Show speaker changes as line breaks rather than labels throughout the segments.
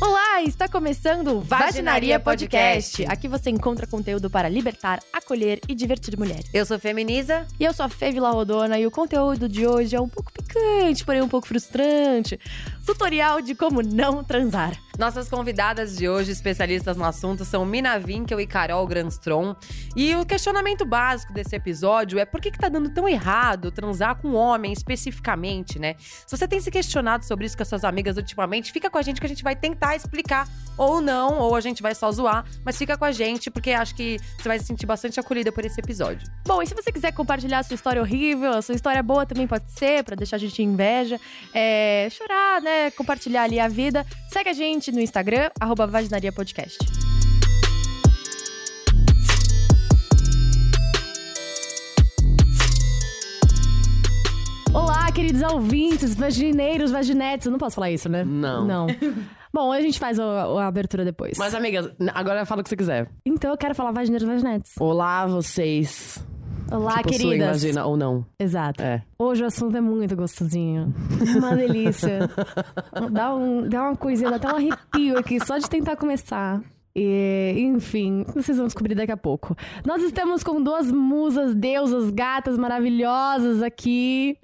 Olá, está começando o Vaginaria
Vaginaria
Podcast.
Podcast.
Aqui você encontra conteúdo para libertar, acolher e divertir mulheres.
Eu sou Feminiza.
E eu sou a Fê Vila Rodona e o conteúdo de hoje é um pouco picante, porém um pouco frustrante. Tutorial de como não transar.
Nossas convidadas de hoje, especialistas no assunto, são Mina Winkel e Carol Granstrom. E o questionamento básico desse episódio é por que, que tá dando tão errado transar com um homem especificamente, né? Se você tem se questionado sobre isso com as suas amigas ultimamente, fica com a gente que a gente vai tentar explicar ou não, ou a gente vai só zoar, mas fica com a gente porque acho que você vai se sentir bastante acolhida por esse episódio.
Bom, e se você quiser compartilhar a sua história horrível, a sua história boa também pode ser, pra deixar a gente em inveja, é, chorar, né? Compartilhar ali a vida, segue a gente no Instagram, arroba Vaginaria Podcast.
Olá, queridos ouvintes, vagineiros, vaginetes. Eu não posso falar isso, né?
Não.
Não. Bom, a gente faz o- a abertura depois.
Mas, amiga, agora fala o que você quiser.
Então eu quero falar vagineiros, vaginetes.
Olá, vocês.
Olá,
que possuem
queridas.
vagina ou não.
Exato.
É.
Hoje o assunto é muito gostosinho.
É
Uma delícia. dá, um, dá uma coisinha, dá até um arrepio aqui só de tentar começar. E, enfim, vocês vão descobrir daqui a pouco. Nós estamos com duas musas, deusas, gatas maravilhosas aqui.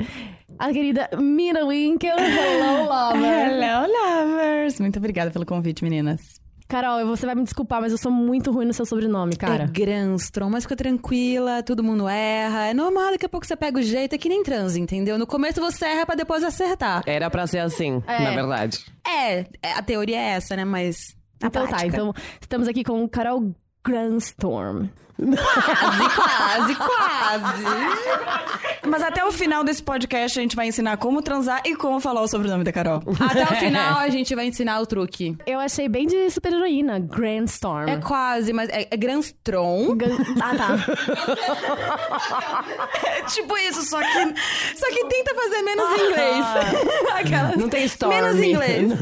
A querida Mina Winkel. Hello, lover.
Hello, lovers! Muito obrigada pelo convite, meninas.
Carol, você vai me desculpar, mas eu sou muito ruim no seu sobrenome,
É
cara.
Granstrom, mas fica tranquila, todo mundo erra. É normal, daqui a pouco você pega o jeito, é que nem transe, entendeu? No começo você erra pra depois acertar.
Era pra ser assim, na verdade.
É, é, a teoria é essa, né? Mas. A
então tá,
prática.
então estamos aqui com Carol Granstorm.
Quase, quase.
Mas até o final desse podcast a gente vai ensinar como transar e como falar o sobrenome da Carol.
Até o final a gente vai ensinar o truque.
Eu achei bem de super-heroína, Granstorm.
É quase, mas é, é Granstrom.
Gran- Ah, tá.
É tipo isso, só que.
Só que tenta fazer menos
Ah.
inglês. Aquelas...
Não tem Storm.
Menos inglês.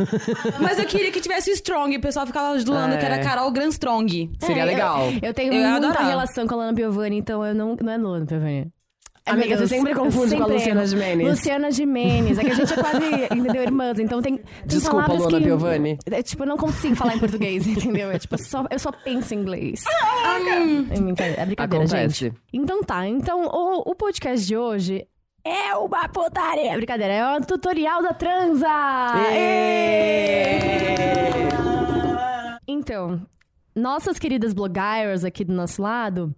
mas eu queria que tivesse o Strong, o pessoal ficava adulando que era
É.
Carol Granstrong.
Seria
É,
legal.
Eu, eu tenho
Eu ia
muita
adorar.
relação com a Lana Piovani, então eu não, não é Lana Piovani. É, meu
Amiga, você
Deus,
sempre
eu
confunde com a Luciana
erro.
Gimenez.
Luciana Gimenez. É que a gente é quase, entendeu, irmãs. Então tem, tem
Desculpa,
palavras
Luana
que...
Piovani.
É, tipo, eu não consigo falar em português, entendeu? É tipo, só, eu só penso em inglês. É brincadeira, é brincadeira,
Acontece.
gente. Então tá, então o, o podcast de hoje é uma putaria. É Brincadeira, é um tutorial da transa! Ê! Então, nossas queridas blogueiras aqui do nosso lado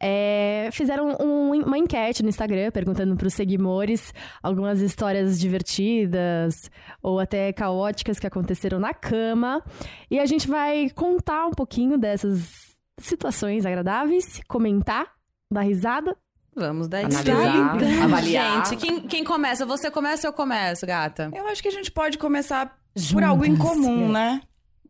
é, fizeram um- uma enquete no Instagram perguntando para os seguidores algumas histórias divertidas ou até caóticas que aconteceram na cama. E a gente vai contar um pouquinho dessas situações agradáveis, comentar, dar risada.
Vamos dar
Analisar,
Eita,
avaliar.
Gente, quem, quem começa? Você começa ou eu começo, gata?
Eu acho que a gente pode começar por algo em comum, né?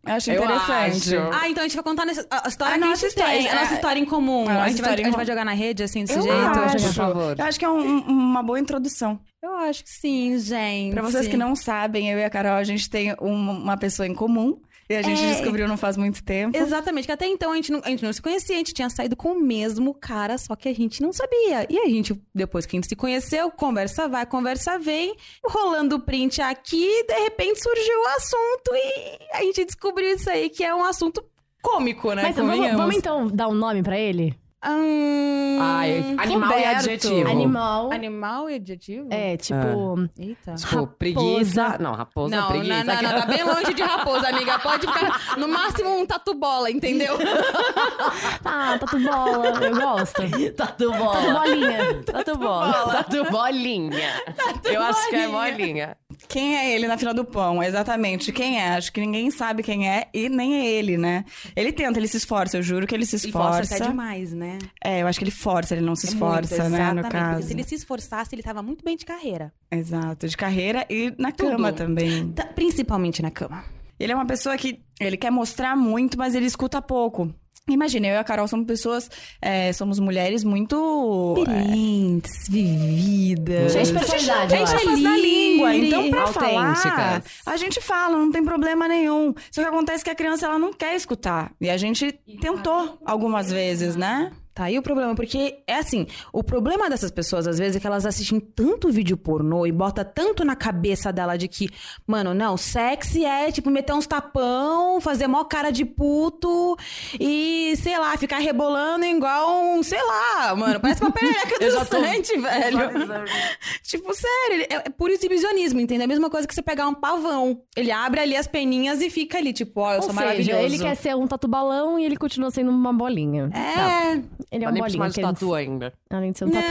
Acho
Eu
interessante.
acho.
Ah, então a gente vai contar nessa- a a história
A
que a
nossa
gente tem.
história,
A nossa
é.
história em comum.
A nossa
A gente vai-
história em
a gente vai
comum.
jogar na rede assim, desse
Eu
jeito?
acho.
Por favor.
Eu acho que é um- um- uma boa introdução.
Eu acho que sim, gente.
Pra vocês que não sabem, eu e a Carol, a gente tem um- uma pessoa em comum. E a gente
É.
descobriu não faz muito tempo.
Exatamente, que até então a gente, não, a gente não se conhecia, a gente tinha saído com o mesmo cara, só que a gente não sabia. E a gente, depois que a gente se conheceu, conversa vai, conversa vem, rolando o print aqui, de repente surgiu o assunto e a gente descobriu isso aí, que é um assunto cômico, né?
Mas vamos,
Convenhamos.
vamos então dar um nome para ele?
Hum,
Ai, animal é e
Roberto.
adjetivo.
Vou.
Animal.
Ah. Animal e adjetivo?
É, tipo.
Eita.
Tipo, preguiça. Não, raposa
Não, não,
preguiça.
não, não, tá bem longe de raposa, amiga. Pode ficar no máximo um tatu bola, entendeu?
Ah, tatu bola. Eu gosto.
Tatu
Tatu
Tá bola.
bolinha.
Tatu Tá bola. Tatu bolinha. Eu acho que é bolinha.
Quem é ele na fila do pão? Exatamente. Quem é? Acho que ninguém sabe quem é e nem é ele, né? Ele tenta, ele se esforça, eu juro que ele se esforça.
demais, né?
É, eu acho que ele força, ele não se esforça,
É Muito,
né? No
exatamente, Porque
caso.
se ele se esforçasse, ele tava muito bem de carreira.
Exato, de carreira e na
Tudo.
cama também.
Tá- Principalmente na cama.
Ele é uma pessoa que ele quer mostrar muito, mas ele escuta pouco. Imagina, eu e a Carol somos pessoas, é, somos mulheres muito.
Experientes, vividas.
Gente, personalidade,
A
eu
gente
acho.
é da língua, então pra falar,
Autênticas.
a gente fala, não tem problema nenhum. Só que acontece que a criança ela não quer escutar. E a gente tentou algumas vezes, né?
Tá aí o problema, porque é assim, o problema dessas pessoas às vezes é que elas assistem tanto vídeo pornô e bota tanto na cabeça dela de que, mano, não, sexy é tipo meter uns tapão, fazer mó cara de puto e, sei lá, ficar rebolando igual um, sei lá, mano, parece uma perereca dançante, velho. tipo, sério, é, é puro exibicionismo, entende? É a mesma coisa que você pegar um pavão. Ele abre ali as peninhas e fica ali, tipo, ó, eu
Ou
sou
seja,
maravilhoso.
ele quer ser um tatu-balão e ele continua sendo uma bolinha.
É,
Ele é
Tá
um
nem pra chamar
bolinha,
de
que ele-
tatu ainda.
além de ser um tatu.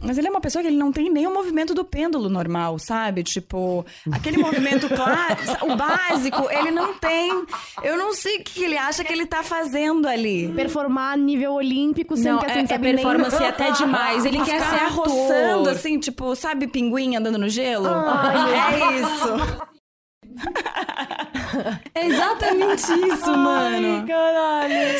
Mas ele é uma pessoa que ele não tem nem o movimento do pêndulo normal, sabe? Tipo, aquele movimento claro, o básico, ele não tem. Eu não sei o que ele acha que ele tá fazendo ali.
Performar nível olímpico, sendo
Não,
que assim,
é,
não
é
sabe
performance
nem...
até demais. Ele quer ser
Ficar
ator. Ah,
roçando, assim, tipo, sabe pinguim andando no gelo? é isso.
É exatamente isso, mano.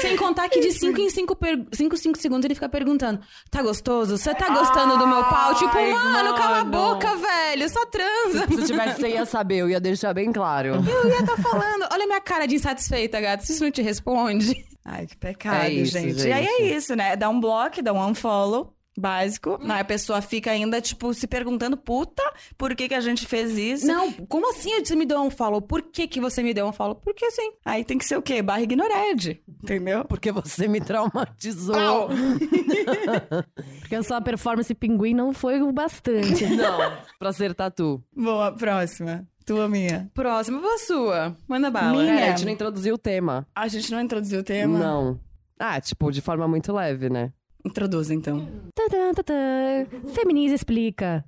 Sem contar que de 5 em 5 cinco, cinco segundos ele fica perguntando: Tá gostoso? Você tá gostando do meu pau? Tipo,
Ai,
mano, cala a
mano.
boca, velho. Só transa.
Se eu tivesse, você ia saber, eu ia deixar bem claro.
Eu ia tá falando. Olha a minha cara de insatisfeita, gato. Isso não te responde.
Ai, que pecado,
É isso,
gente.
gente.
E aí é isso, né? Dá um bloco, dá um unfollow. Básico, aí a pessoa fica ainda, tipo, se perguntando, puta, por que que a gente fez isso?
Não, como assim você me deu um follow? Por que, que você me deu um follow? Porque sim.
Aí tem que ser o quê? Barra ignored, entendeu?
Porque você me traumatizou.
Porque a sua performance pinguim não foi o bastante.
Não, pra ser tatu.
Boa, próxima. Tua, minha.
Próximo, vou a sua. Manda bala.
Minha?
É, a gente não introduziu o tema.
A gente não introduziu o tema?
Não. Ah, tipo, de forma muito leve, né?
Introduz, então.
Tadã, tadã. Feminiza explica.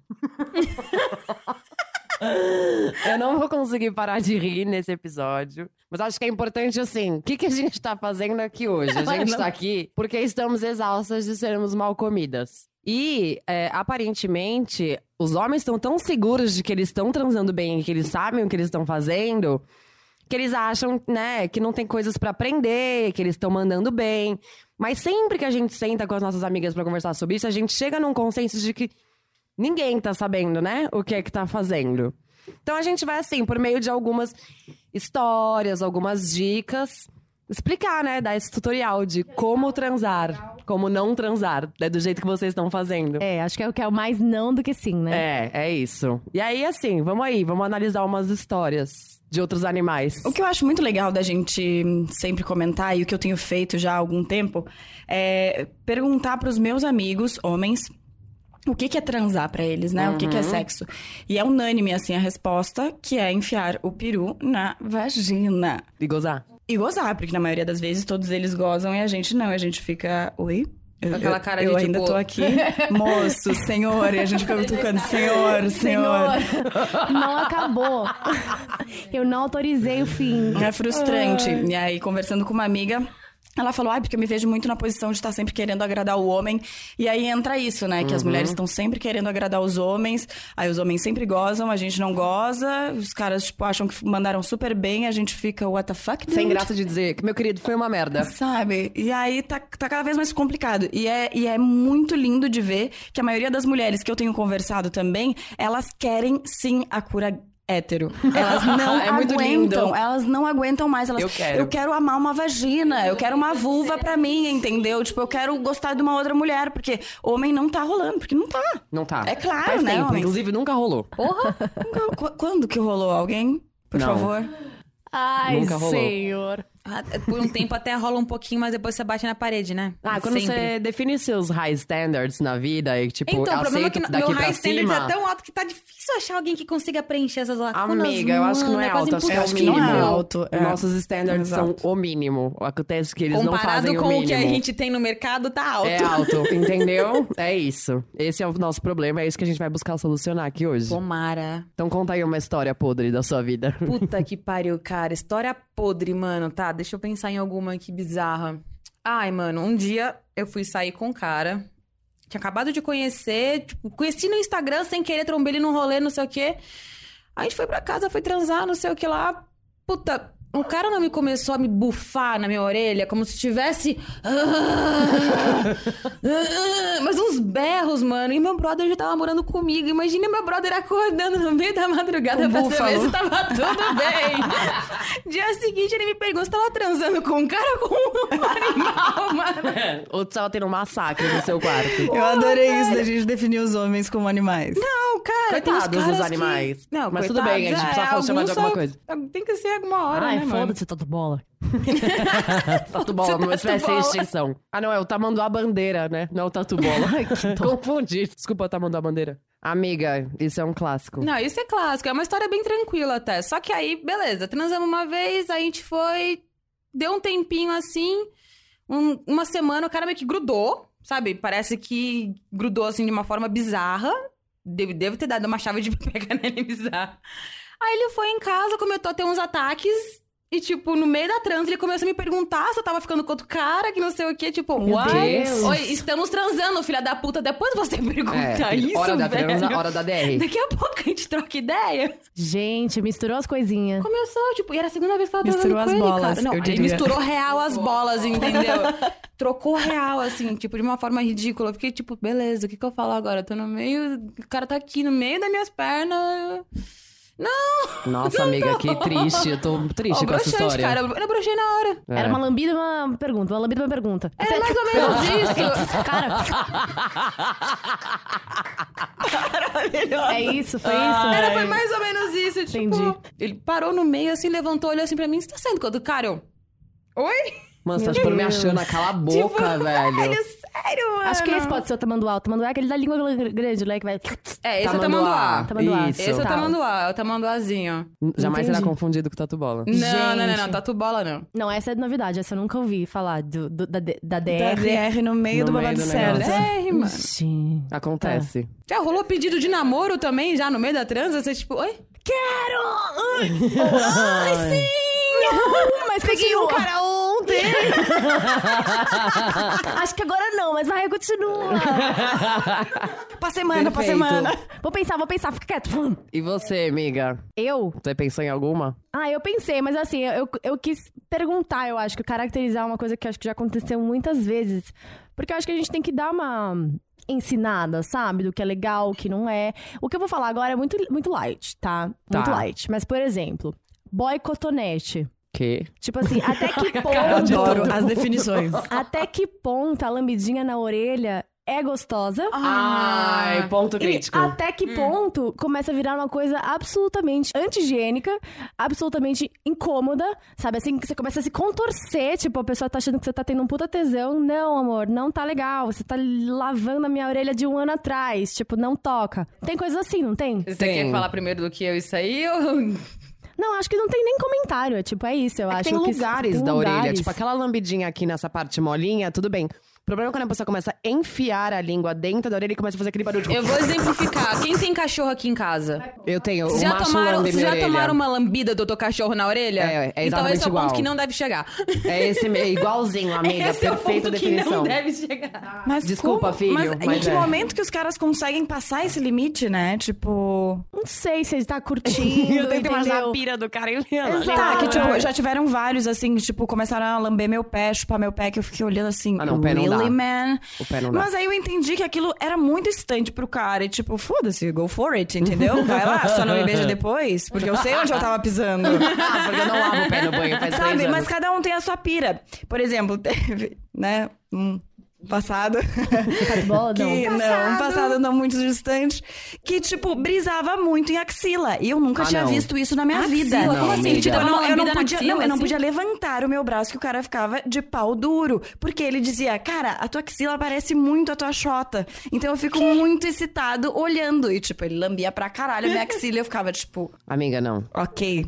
Eu não vou conseguir parar de rir nesse episódio. Mas acho que é importante, assim, o que, que a gente tá fazendo aqui hoje? A gente tá aqui porque estamos exaustas de sermos mal comidas. E, é, aparentemente, os homens estão tão seguros de que eles estão transando bem e que eles sabem o que eles estão fazendo, que eles acham, né, que não tem coisas pra aprender, que eles estão mandando bem. Mas sempre que a gente senta com as nossas amigas pra conversar sobre isso, a gente chega num consenso de que ninguém tá sabendo, né, o que é que tá fazendo. Então a gente vai assim, por meio de algumas histórias, algumas dicas, explicar, né? Dar esse tutorial de como transar, como não transar, né? Do jeito que vocês estão fazendo.
É, acho que é o que é o mais não do que sim, né?
É, é isso. E aí, assim, vamos aí, vamos analisar umas histórias de outros animais.
O que eu acho muito legal da gente sempre comentar, e o que eu tenho feito já há algum tempo, é perguntar pros meus amigos, homens, o que, que é transar pra eles, né? O que, que
Uhum.
é sexo. E é unânime, assim, a resposta, que é enfiar o peru na vagina.
E gozar.
E gozar, porque na maioria das vezes todos eles gozam e a gente não. A gente fica, oi? Eu,
Aquela
eu-
cara de
eu, ainda
tipo-
tô aqui, moço, senhor, e a gente fica tocando, senhor, senhor.
Não acabou. Eu não autorizei o fim.
É frustrante. E aí, conversando com uma amiga. Ela falou, ai, porque eu me vejo muito na posição de estar sempre querendo agradar o homem. E aí entra isso, né? Que as mulheres estão sempre querendo agradar os homens. Aí os homens sempre gozam, a gente não goza. Os caras, tipo, acham que mandaram super bem. A gente fica, what the fuck, dude?
Sem graça de dizer que, meu querido, foi uma merda.
Sabe? E aí tá, tá cada vez mais complicado. E é, e é muito lindo de ver que a maioria das mulheres que eu tenho conversado também, elas querem sim a cura hétero. Elas não
É muito
aguentam.
lindo.
Elas não aguentam mais. Elas,
Eu quero.
amar uma vagina, eu quero uma vulva pra mim, entendeu? Tipo, eu quero gostar de uma outra mulher, porque homem não tá rolando, porque não tá.
Não tá.
É claro,
Faz
né,
tempo,
homens?
inclusive nunca rolou.
Nunca- qu- Quando que rolou alguém? Por
Não.
favor.
Ai,
Nunca rolou.
senhor.
Ah, Por um tempo até rola um pouquinho, mas depois você bate na parede, né?
Ah, quando
Sempre.
você define seus high standards na vida e, tipo,
Então, o problema é
aceito
que
daqui
meu
pra
high
cima...
standards é tão alto que tá difícil achar alguém que consiga preencher essas lacunas.
Amiga, eu acho que não é
mano, quase
alto, acho que é o
acho
impossível.
que não é
mínimo.
alto, é.
Nossos standards são o mínimo. Acontece que eles não
Comparado
fazem
com
o
o,
mínimo.
que a gente tem no mercado, tá alto.
É alto, entendeu? É isso. Esse é o nosso problema, é isso que a gente vai buscar solucionar aqui hoje.
Tomara.
Então conta aí uma história podre da sua vida.
Puta que pariu, cara. História podre, mano. Tá, deixa eu pensar em alguma aqui bizarra. Ai, mano, um dia eu fui sair com um cara. Tinha acabado de conhecer. Tipo, conheci no Instagram sem querer, trombei ele num rolê, não sei o quê. A gente foi pra casa, foi transar, não sei o que lá. Puta, O cara não me começou a me bufar na minha orelha, como se tivesse. Ah! Mas uns berros, mano. E meu brother já tava morando comigo. Imagina meu brother acordando no meio da madrugada
Com
pra saber
búfalo.
se tava tudo bem. Dia seguinte ele me perguntou se tava transando com um cara ou com um animal, mano.
Ou tu tava tendo um massacre no seu quarto.
Eu adorei isso da gente definir os homens como animais.
Não, cara. tem uns
Coitados
caras
dos animais.
Que... Não,
Mas tudo
coitados,
bem, a gente
é,
precisava falar- chamar de
alguns
alguma
só- Tem que ser alguma hora,
Ai,
né, mano?
foda-se, Tato Bola.
Tatu bola, uma espécie de extinção. Ah, não, é o tamanduá bandeira, né? Não o tatu bola. Confundi. Desculpa, tamanduá bandeira. Amiga, isso é um clássico.
Não, isso é clássico. É uma história bem tranquila até. Só que aí, beleza, transamos uma vez, aí a gente foi, deu um tempinho assim, um- uma semana, o cara meio que grudou, sabe? Parece que grudou assim de uma forma bizarra. Deve, devo ter dado uma chave de pegar nele bizarra. Aí ele foi em casa, começou a ter uns ataques. E, tipo, no meio da transa, ele começou a me perguntar se eu tava ficando com outro cara, que não sei o quê. Tipo,
Meu
what?
Deus.
Oi, estamos transando, filha da puta. Depois você pergunta Tá isso,
É, hora da
velho.
transa, hora da DR.
Daqui a pouco a gente troca ideia.
Gente, misturou as coisinhas.
Começou, tipo, e era a segunda vez que ela tava
Misturou
com
as
ele,
bolas,
cara. Não,
eu
ele
diria.
misturou real as bolas, entendeu? Trocou real, assim, tipo, de uma forma ridícula. Eu fiquei, tipo, beleza, o que que eu falo agora? Eu tô no meio, o cara tá aqui no meio das minhas pernas. Não!
Nossa, amiga, que triste. Eu tô triste
eu
com essa
broxante,
história.
cara. Eu eu brochei na hora.
É.
Era uma lambida e uma pergunta, uma lambida e uma pergunta.
Era mais ou menos isso. Cara,
É isso, foi isso?
Ah, era, foi mais ou menos isso. Tipo,
Entendi.
ele parou no meio, assim, levantou, olhou assim pra mim. Você tá saindo com outro cara? Eu, Oi?
Mano, você tá tipo, me achando, cala a boca,
Tipo,
velho.
Sério, mano?
Acho que esse pode ser o tamanduá. O tamanduá é aquele da língua grande, né? Que vai...
É, esse é o
Tamanduá.
tamanduá.
Tamanduá.
Isso.
Esse é o
Tá.
tamanduá, é o tamanduazinho.
Jamais será
Entendi.
confundido com tatu bola.
Não, não, não, não,
Gente.
tatu bola não.
Não, essa é novidade. Essa eu nunca ouvi falar do, do- da, D- da
Da
DR.
DR no meio
No meio
do babado
do
certo.
negócio.
É, rima.
Gente.
Acontece.
Já rolou pedido de namoro também, já no meio da transa? Você tipo, oi?
Quero!
Ah.
Ai, sim!
Mas
Peguei um
continua.
cara ontem!
Acho que agora não, mas vai, continua.
Pra semana, pra
Perfeito.
semana.
vou pensar, vou pensar. Fica quieto.
E você, amiga?
Eu?
Você pensou em alguma?
Ah, eu pensei, mas assim, eu, eu quis perguntar, eu acho que caracterizar uma coisa que eu acho que já aconteceu muitas vezes. Porque eu acho que a gente tem que dar uma ensinada, sabe? Do que é legal, o que não é. O que eu vou falar agora é muito, muito light, tá?
Tá.
Muito light. Mas, por exemplo, boy cotonete.
Que?
Tipo assim, até que ponto...
Eu adoro as definições.
Até que ponto a lambidinha na orelha é gostosa?
Ai, ponto crítico. Hum.
Até que ponto começa a virar uma coisa absolutamente antigênica, absolutamente incômoda, sabe? Assim, que você começa a se contorcer, tipo, a pessoa tá achando que você tá tendo um puta tesão. Não, amor, não tá legal. Você tá lavando a minha orelha de um ano atrás. Tipo, não toca. Tem coisas assim, não tem?
Você
Tem.
quer falar primeiro do que eu isso aí? Ou...
Não, acho que não tem nem comentário. É tipo, é isso, eu
É que
acho.
tem
que
lugares
tem
da orelha,
lugares.
tipo aquela lambidinha aqui nessa parte molinha, tudo bem. O problema é quando a pessoa começa a enfiar a língua dentro da orelha e começa a fazer aquele barulho. tipo,
Eu vou exemplificar. Quem tem cachorro aqui em casa?
Eu tenho
Vocês
um
já,
macho
tomaram,
lambe
vocês
minha
já
orelha.
tomaram uma lambida do teu cachorro na orelha?
É, é
Então esse é
exatamente
o
igual.
ponto que não deve chegar.
É esse me- é igualzinho, amiga.
esse é o
perfeita
ponto que
definição.
não deve chegar.
Mas
Desculpa,
como-
filho,
Mas, em
mas
que
é.
momento que os caras conseguem passar esse limite, né? Tipo.
Não sei se ele tá curtindo.
Eu tento imaginar a
entendeu?
pira do cara
tá,
Não,
que tipo,
é.
já tiveram vários, assim, que, tipo, começaram a lamber meu pé, chupar meu pé, que eu fiquei olhando assim,
Ah, não, o pé não dá.
really, man?
O pé não dá.
Mas aí eu entendi que aquilo era muito estante pro cara, e tipo, foda-se, go for it, entendeu? Vai lá, só não me beija depois, porque eu sei onde eu tava pisando.
Ah, porque eu não lavo o pé no banho faz três
Sabe,
anos.
mas cada um tem a sua pira. Por exemplo, teve, né, um passado...
Bola, não.
Que, não, um passado não muito distante. Que, tipo, brisava muito em axila. E eu nunca
Ah,
tinha
não.
visto isso na minha
Axila?
vida.
Como
Não, assim? Te
Tipo, Eu
dava
uma
não, eu não
lambida na
podia,
axila,
não, eu não
assim?
podia levantar o meu braço, que o cara ficava de pau duro. Porque ele dizia, cara, a tua axila parece muito a tua xota. Então eu fico muito excitado olhando. E, tipo, ele lambia pra caralho a minha axila. E eu ficava, tipo,
Amiga, não.
ok.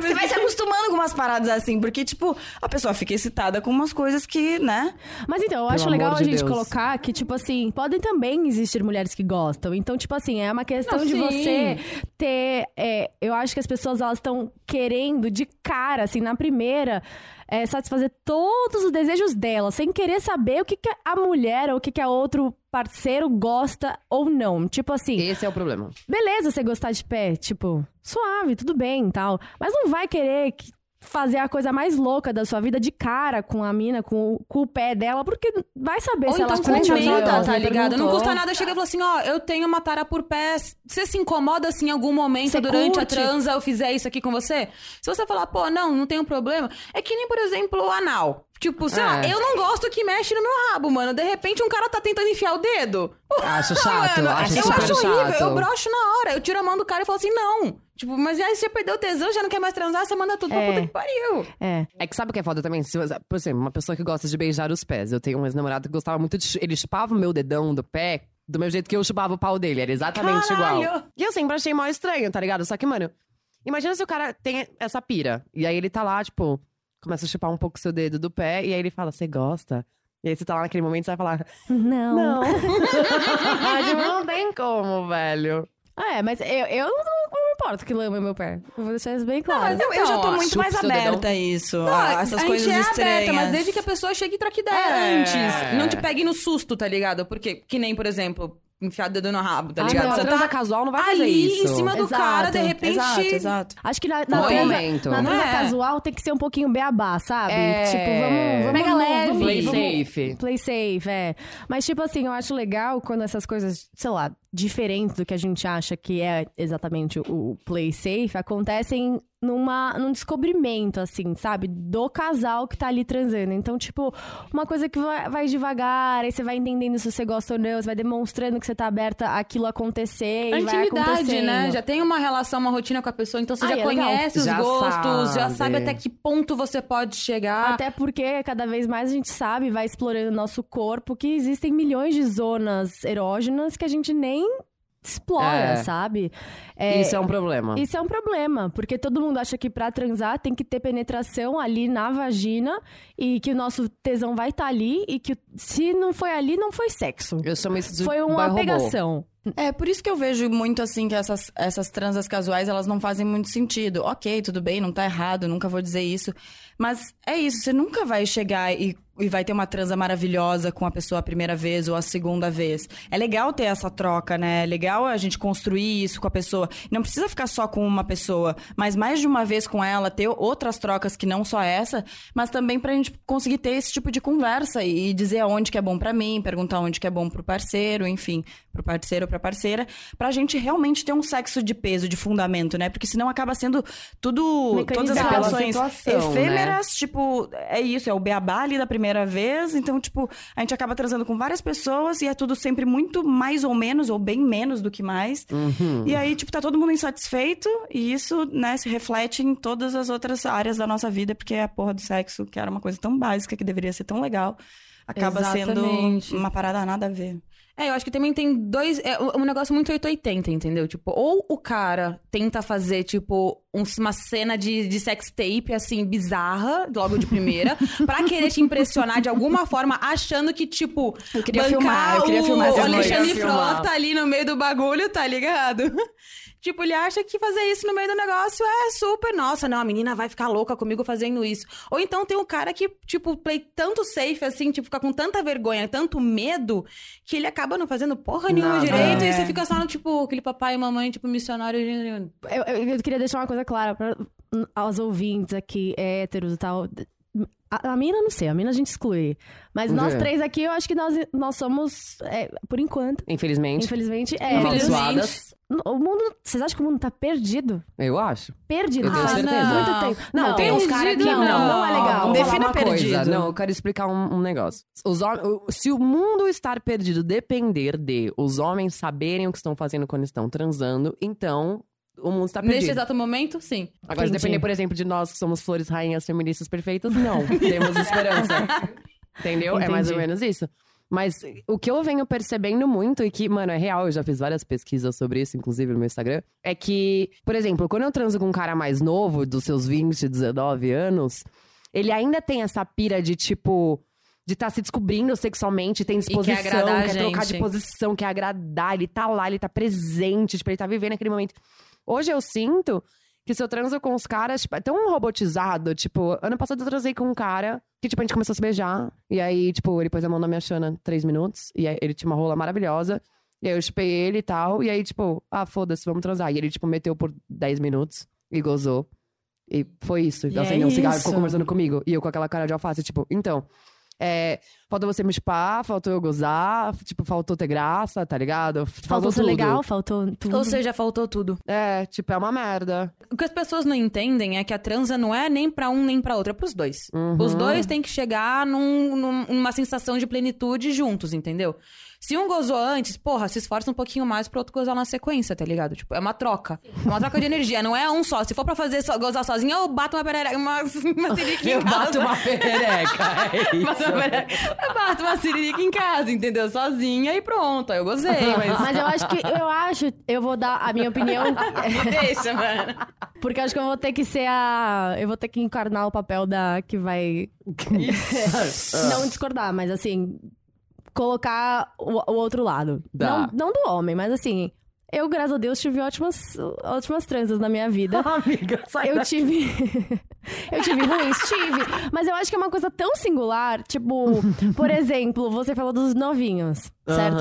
Você vai se acostumando com umas paradas assim. Porque, tipo, a pessoa fica excitada com umas coisas que, né?
Mas então, eu acho
amor
legal a
de
gente
Deus.
colocar que, tipo assim, podem também existir mulheres que gostam. Então, tipo assim, é uma questão
Não,
de
sim.
você ter. é, eu acho que as pessoas elas estão querendo de cara, assim, na primeira, é, satisfazer todos os desejos dela, sem querer saber o que, que a mulher ou o que, que a outro parceiro gosta ou não. Tipo assim,
Esse é o problema.
beleza você gostar de pé, tipo, suave, tudo bem e tal. Mas não vai querer que fazer a coisa mais louca da sua vida de cara com a mina, com, o- com o pé dela, porque vai saber
Ou
se
então
ela curte ou não,
comenta, tá
assim,
ligado? Não
perguntou.
custa nada, chega e fala assim, ó, eu tenho uma tara por pé, você se incomoda assim em algum momento
Você curte?
durante a transa eu fizer isso aqui com você? Se você falar, pô, não, não tem um problema, é que nem, por exemplo, o anal. Tipo, sei lá,
É.
eu não gosto que mexe no meu rabo, mano. De repente um cara tá tentando enfiar o dedo.
Acho chato,
Mano,
acho
eu
super
Ah, acho horrível,
chato.
eu broxo na hora. Eu tiro a mão do cara e falo assim, não. Tipo, mas aí você já perdeu o tesão, já não quer mais transar, você manda tudo pra
É.
puta que pariu.
É.
É que sabe o que é foda também? Se você- por exemplo, uma pessoa que gosta de beijar os pés. Eu tenho um ex-namorado que gostava muito de. chu- Ele chupava o meu dedão do pé do mesmo jeito que eu chupava o pau dele. Era exatamente
Caralho!
igual. E eu sempre achei mal estranho, tá ligado? Só que, mano, imagina se o cara tem essa pira. E aí ele tá lá, tipo, começa a chupar um pouco o seu dedo do pé. E aí ele fala, você gosta? E aí você tá lá naquele momento e você vai falar,
Não.
não. Mas não tem como, velho.
É, mas eu, eu não, não me importo que lama meu pé. Eu Vou deixar isso bem claro.
Eu, eu já tô
Então,
muito
chupa
mais
o seu dedão.
aberta a isso.
Ah,
a essas
a
coisas
gente é
estranhas.
aberta, mas desde que a pessoa chegue e troque ideia
É.
antes. Não te pegue no susto, tá ligado? Porque, que nem, por exemplo, enfiar o dedo no rabo, tá
Ah,
ligado?
não,
Você
transa
tá
casual não vai fazer
ali
isso.
em cima do
Exato,
cara, de repente...
Exato, exato.
Acho que na, na
Bom
transa,
momento.
na transa
É.
casual tem que ser um pouquinho beabá, sabe?
É.
Tipo, vamos, vamos
Pega
no-
leve.
vamos-
Play
vamos-
safe.
Play safe, é. Mas, tipo assim, eu acho legal quando essas coisas, sei lá, diferentes do que a gente acha que é exatamente o play safe, acontecem numa, num descobrimento, assim, sabe? Do casal que tá ali transando. Então, tipo, uma coisa que vai, vai devagar, aí você vai entendendo se você gosta ou não, você vai demonstrando que você tá aberta àquilo acontecer. e vai
Intimidade, né?
acontecendo.
Já tem uma relação, uma rotina com a pessoa, então você
Ah,
já
é legal.
conhece os
Já
gostos, já
sabe.
sabe até que ponto você pode
Ah.
chegar.
Até porque cada vez mais a gente sabe, vai explorando o nosso corpo, que existem milhões de zonas erógenas que a gente nem explora,
É.
sabe?
Isso é um problema.
Isso é um problema, porque todo mundo acha que pra transar tem que ter penetração ali na vagina e que o nosso tesão vai estar ali e que se não foi ali, não foi sexo.
Eu chamo isso de
Foi uma
boy robô.
pegação.
É, por isso que eu vejo muito assim que essas, essas transas casuais elas não fazem muito sentido. Ok, tudo bem, não tá errado, nunca vou dizer isso. Mas é isso, você nunca vai chegar e, e vai ter uma transa maravilhosa com a pessoa a primeira vez ou a segunda vez. É legal ter essa troca, né? É legal a gente construir isso com a pessoa. Não precisa ficar só com uma pessoa, mas mais de uma vez com ela, ter outras trocas que não só essa, mas também pra gente conseguir ter esse tipo de conversa e dizer aonde que é bom pra mim, perguntar onde que é bom pro parceiro, enfim, pro parceiro ou pra parceira, pra gente realmente ter um sexo de peso, de fundamento, né? Porque senão acaba sendo tudo. Todas as
Mecanizado.
relações
Pela situação, né?
efêmeras, tipo, é isso, é o beabá ali da primeira vez, então, tipo, a gente acaba transando com várias pessoas e é tudo sempre muito mais ou menos, ou bem menos do que mais.
Uhum.
E aí, tipo, tá todo mundo insatisfeito e isso, né, se reflete em todas as outras áreas da nossa vida, porque a porra do sexo, que era uma coisa tão básica, que deveria ser tão legal, acaba
Exatamente.
sendo uma parada nada a ver.
É, eu acho que também tem dois. É um um negócio muito 880, entendeu? Tipo, ou o cara tenta fazer, tipo, um- uma cena de, de sex tape, assim, bizarra, logo de primeira, pra querer te impressionar de alguma forma, achando que, tipo. Eu
queria filmar, eu queria filmar
o
essa
Alexandre
noite. Eu queria
Frota ali no meio do bagulho, tá ligado? Tipo, ele acha que fazer isso no meio do negócio é super. Nossa, não, a menina vai ficar louca comigo fazendo isso. Ou então tem um cara que, tipo, play tanto safe, assim, tipo, fica com tanta vergonha, tanto medo, que ele acaba não fazendo porra nenhuma
Nada.
direito.
É.
E você fica só no, tipo, aquele papai e mamãe, tipo, missionário. É.
Eu, eu- eu queria deixar uma coisa clara para aos ouvintes aqui, héteros e tal. A, a mina, eu não sei, a mina a gente exclui. Mas nós
É.
três aqui, eu acho que nós, nós somos, é, por enquanto,
Infelizmente.
infelizmente, héteros.
Infelizmente.
Amaldiçoadas.
O mundo. Vocês acham que o mundo tá perdido?
Eu acho.
Perdido,
Eu tenho
faz
certeza.
muito tempo.
Não, tem uns caras que
não, não, não é legal.
Vou falar
Defina
uma coisa.
perdido.
Não, eu quero explicar um, um negócio. Os hom- o- se o mundo estar perdido depender de os homens saberem o que estão fazendo quando estão transando, então o mundo está
Neste
perdido.
exato momento, sim.
Agora, se
Entendi.
depender, por exemplo, de nós que somos flores, rainhas, feministas perfeitas, não. Temos esperança. Entendeu? É mais ou
Entendi.
menos isso. Mas o que eu venho percebendo muito, e que, mano, é real, eu já fiz várias pesquisas sobre isso, inclusive no meu Instagram, é que, por exemplo, quando eu transo com um cara mais novo, dos seus 20, 19 anos, ele ainda tem essa pira de tipo. De estar se descobrindo sexualmente, tem disposição,
agradar a
quer trocar de
gente.
posição, quer agradar, ele tá lá, ele tá presente, tipo, ele tá vivendo aquele momento. Hoje eu sinto que se eu transo com os caras, tipo, é tão robotizado. Tipo, ano passado eu transei com um cara que, tipo, a gente começou a se beijar. E aí, tipo, ele pôs a mão na minha chana três minutos. E aí ele tinha uma rola maravilhosa. E aí eu chupei ele e tal. E aí, tipo, ah, foda-se, vamos transar. E ele, tipo, meteu por dez minutos e gozou. E foi isso.
E
Ela
é
acendeu um cigarro e ficou
isso.
conversando comigo. E eu com aquela cara de alface, tipo, então. É, falta você me chupar, faltou eu gozar, tipo, faltou ter graça, tá ligado?
Faltou ser
tudo.
legal, faltou tudo.
Ou seja, faltou tudo.
É, tipo, é uma merda.
O que as pessoas não entendem é que a transa não é nem pra um nem pra outro, é pros dois. Os dois têm que chegar num- num- numa sensação de plenitude juntos, entendeu? Se um gozou antes, porra, se esforça um pouquinho mais pro outro gozar na sequência, tá ligado? Tipo, é uma troca. É uma troca de energia, não é um só. Se for pra fazer so- gozar sozinho, eu bato uma perereca, uma, uma sirica em casa.
uma perereca, é
Bato uma perereca. Eu bato uma siririca em casa, entendeu? Sozinha e pronto. Aí eu gozei, mas...
Mas eu acho que eu acho, eu vou dar a minha opinião,
Deixa, mano.
porque eu acho que eu vou ter que ser a, eu vou ter que encarnar o papel da que vai não discordar, mas assim, colocar o, o outro lado.
Tá.
Não, não do homem, mas assim, eu, graças a Deus, tive ótimas, ótimas transas na minha vida.
Amiga, sai
Eu tive. eu tive ruins, tive. Mas eu acho que é uma coisa tão singular. Tipo, por exemplo, você falou dos novinhos, certo?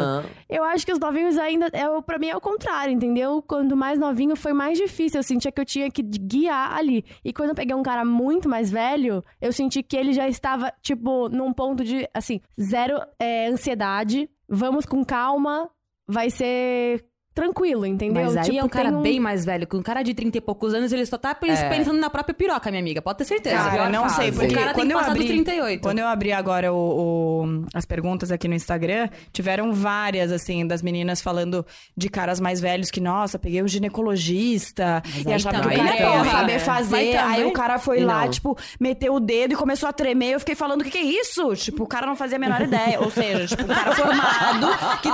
Eu acho que os novinhos ainda. É, o- pra mim é o contrário, entendeu? Quando mais novinho foi mais difícil. Eu sentia que eu tinha que guiar ali. E quando eu peguei um cara muito mais velho, eu senti que ele já estava, tipo, num ponto de, assim, zero é, ansiedade. Vamos com calma, vai ser tranquilo, entendeu?
Mas aí
Tipo,
é um cara
tem um- É.
bem mais velho. Com um cara de 30 e poucos anos, ele só tá pens- pensando na própria piroca, minha amiga. Pode ter certeza.
Cara,
Pior
não
fase.
sei, porque
o cara
quando
tem
eu
passado
abri-
38.
Quando eu abri agora o- o- as perguntas aqui no Instagram, tiveram várias, assim, das meninas falando de caras mais velhos que, nossa, peguei um ginecologista e achava
então,
que o
aí
cara
é,
ia
né?
saber
Mas
fazer.
também-
Aí o cara foi
E
lá,
não.
tipo, meteu o dedo e começou a tremer. Eu fiquei falando, o que, que é isso? Tipo, o cara não fazia a menor ideia. Ou seja, tipo, um cara formado que,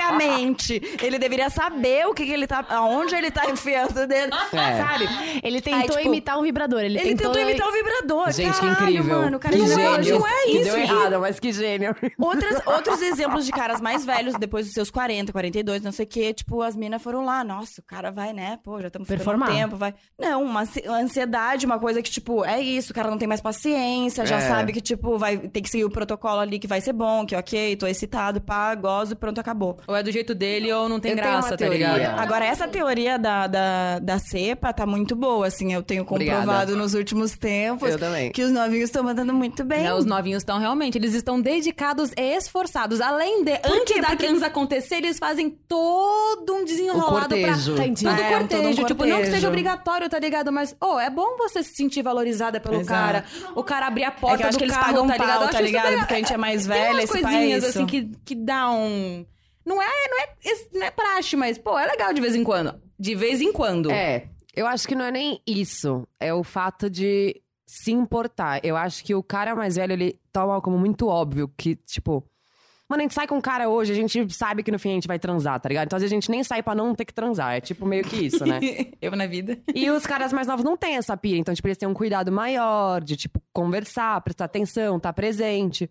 teoricamente, ele deveria saber o que, que ele tá... Aonde ele tá enfiando o dedo,
É.
sabe?
Ele tentou
tipo,
imitar um vibrador. Ele,
Ele tentou imitar o vibrador.
Gente, que
Caralho,
incrível.
mano. O cara
que
não é-
gênio.
não é
Que
isso.
Deu
que-
errado, mas que gênio.
Outras, outros exemplos de caras mais velhos, depois dos seus 40, 42, não sei o quê, tipo, as minas foram lá, nossa, o cara vai, né? Pô, já estamos ficando um
Performar.
tempo, vai. Não, uma ansi- uma ansiedade, uma coisa que, tipo, é isso, o cara não tem mais paciência, já
É.
sabe que, tipo, vai tem que seguir o protocolo ali que vai ser bom, que é ok, tô excitado, pá, gozo, pronto, acabou.
Ou é do jeito dele ou não tem
Eu tenho
graça,
uma
tá
teoria.
ligado?
Agora, essa teoria da, da, da cepa tá muito boa, assim, eu tenho comprovado
Obrigada.
nos últimos tempos
Eu também.
que os novinhos estão mandando muito bem.
Né, os novinhos estão realmente, eles estão dedicados e esforçados. Além de, antes da transa acontecer, eles fazem todo um
O
desenrolado pra
cortejo.
Entendi.
Todo
É,
cortejo,
todo um
tipo, não que
cortejo.
seja obrigatório, tá ligado? Mas, ô, é bom você se sentir valorizada pelo
Exato.
cara. O cara abrir a porta
É que eu acho
do
que eles
carro,
pagam
tá
pau,
ligado? Eu acho
tá
isso
ligado?
legal.
Porque a gente é mais
Tem
velha,
umas
esse pai é
coisinhas,
isso.
assim, que, que dá um... Não é, não é, esse não é praxe, mas, pô, é legal de vez em quando. De vez em quando.
É, eu acho que não é nem isso. É o fato de se importar. Eu acho que o cara mais velho, ele toma como muito óbvio que, tipo. Mano, a gente sai com um cara hoje, a gente sabe que no fim a gente vai transar, tá ligado? Então às vezes a gente nem sai pra não ter que transar. É tipo meio que isso, né?
Eu na vida.
E os caras mais novos não têm essa pira, então, tipo, eles têm um cuidado maior de, tipo, conversar, prestar atenção, estar presente.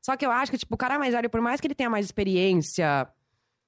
Só que eu acho que, tipo, o cara mais velho, por mais que ele tenha mais experiência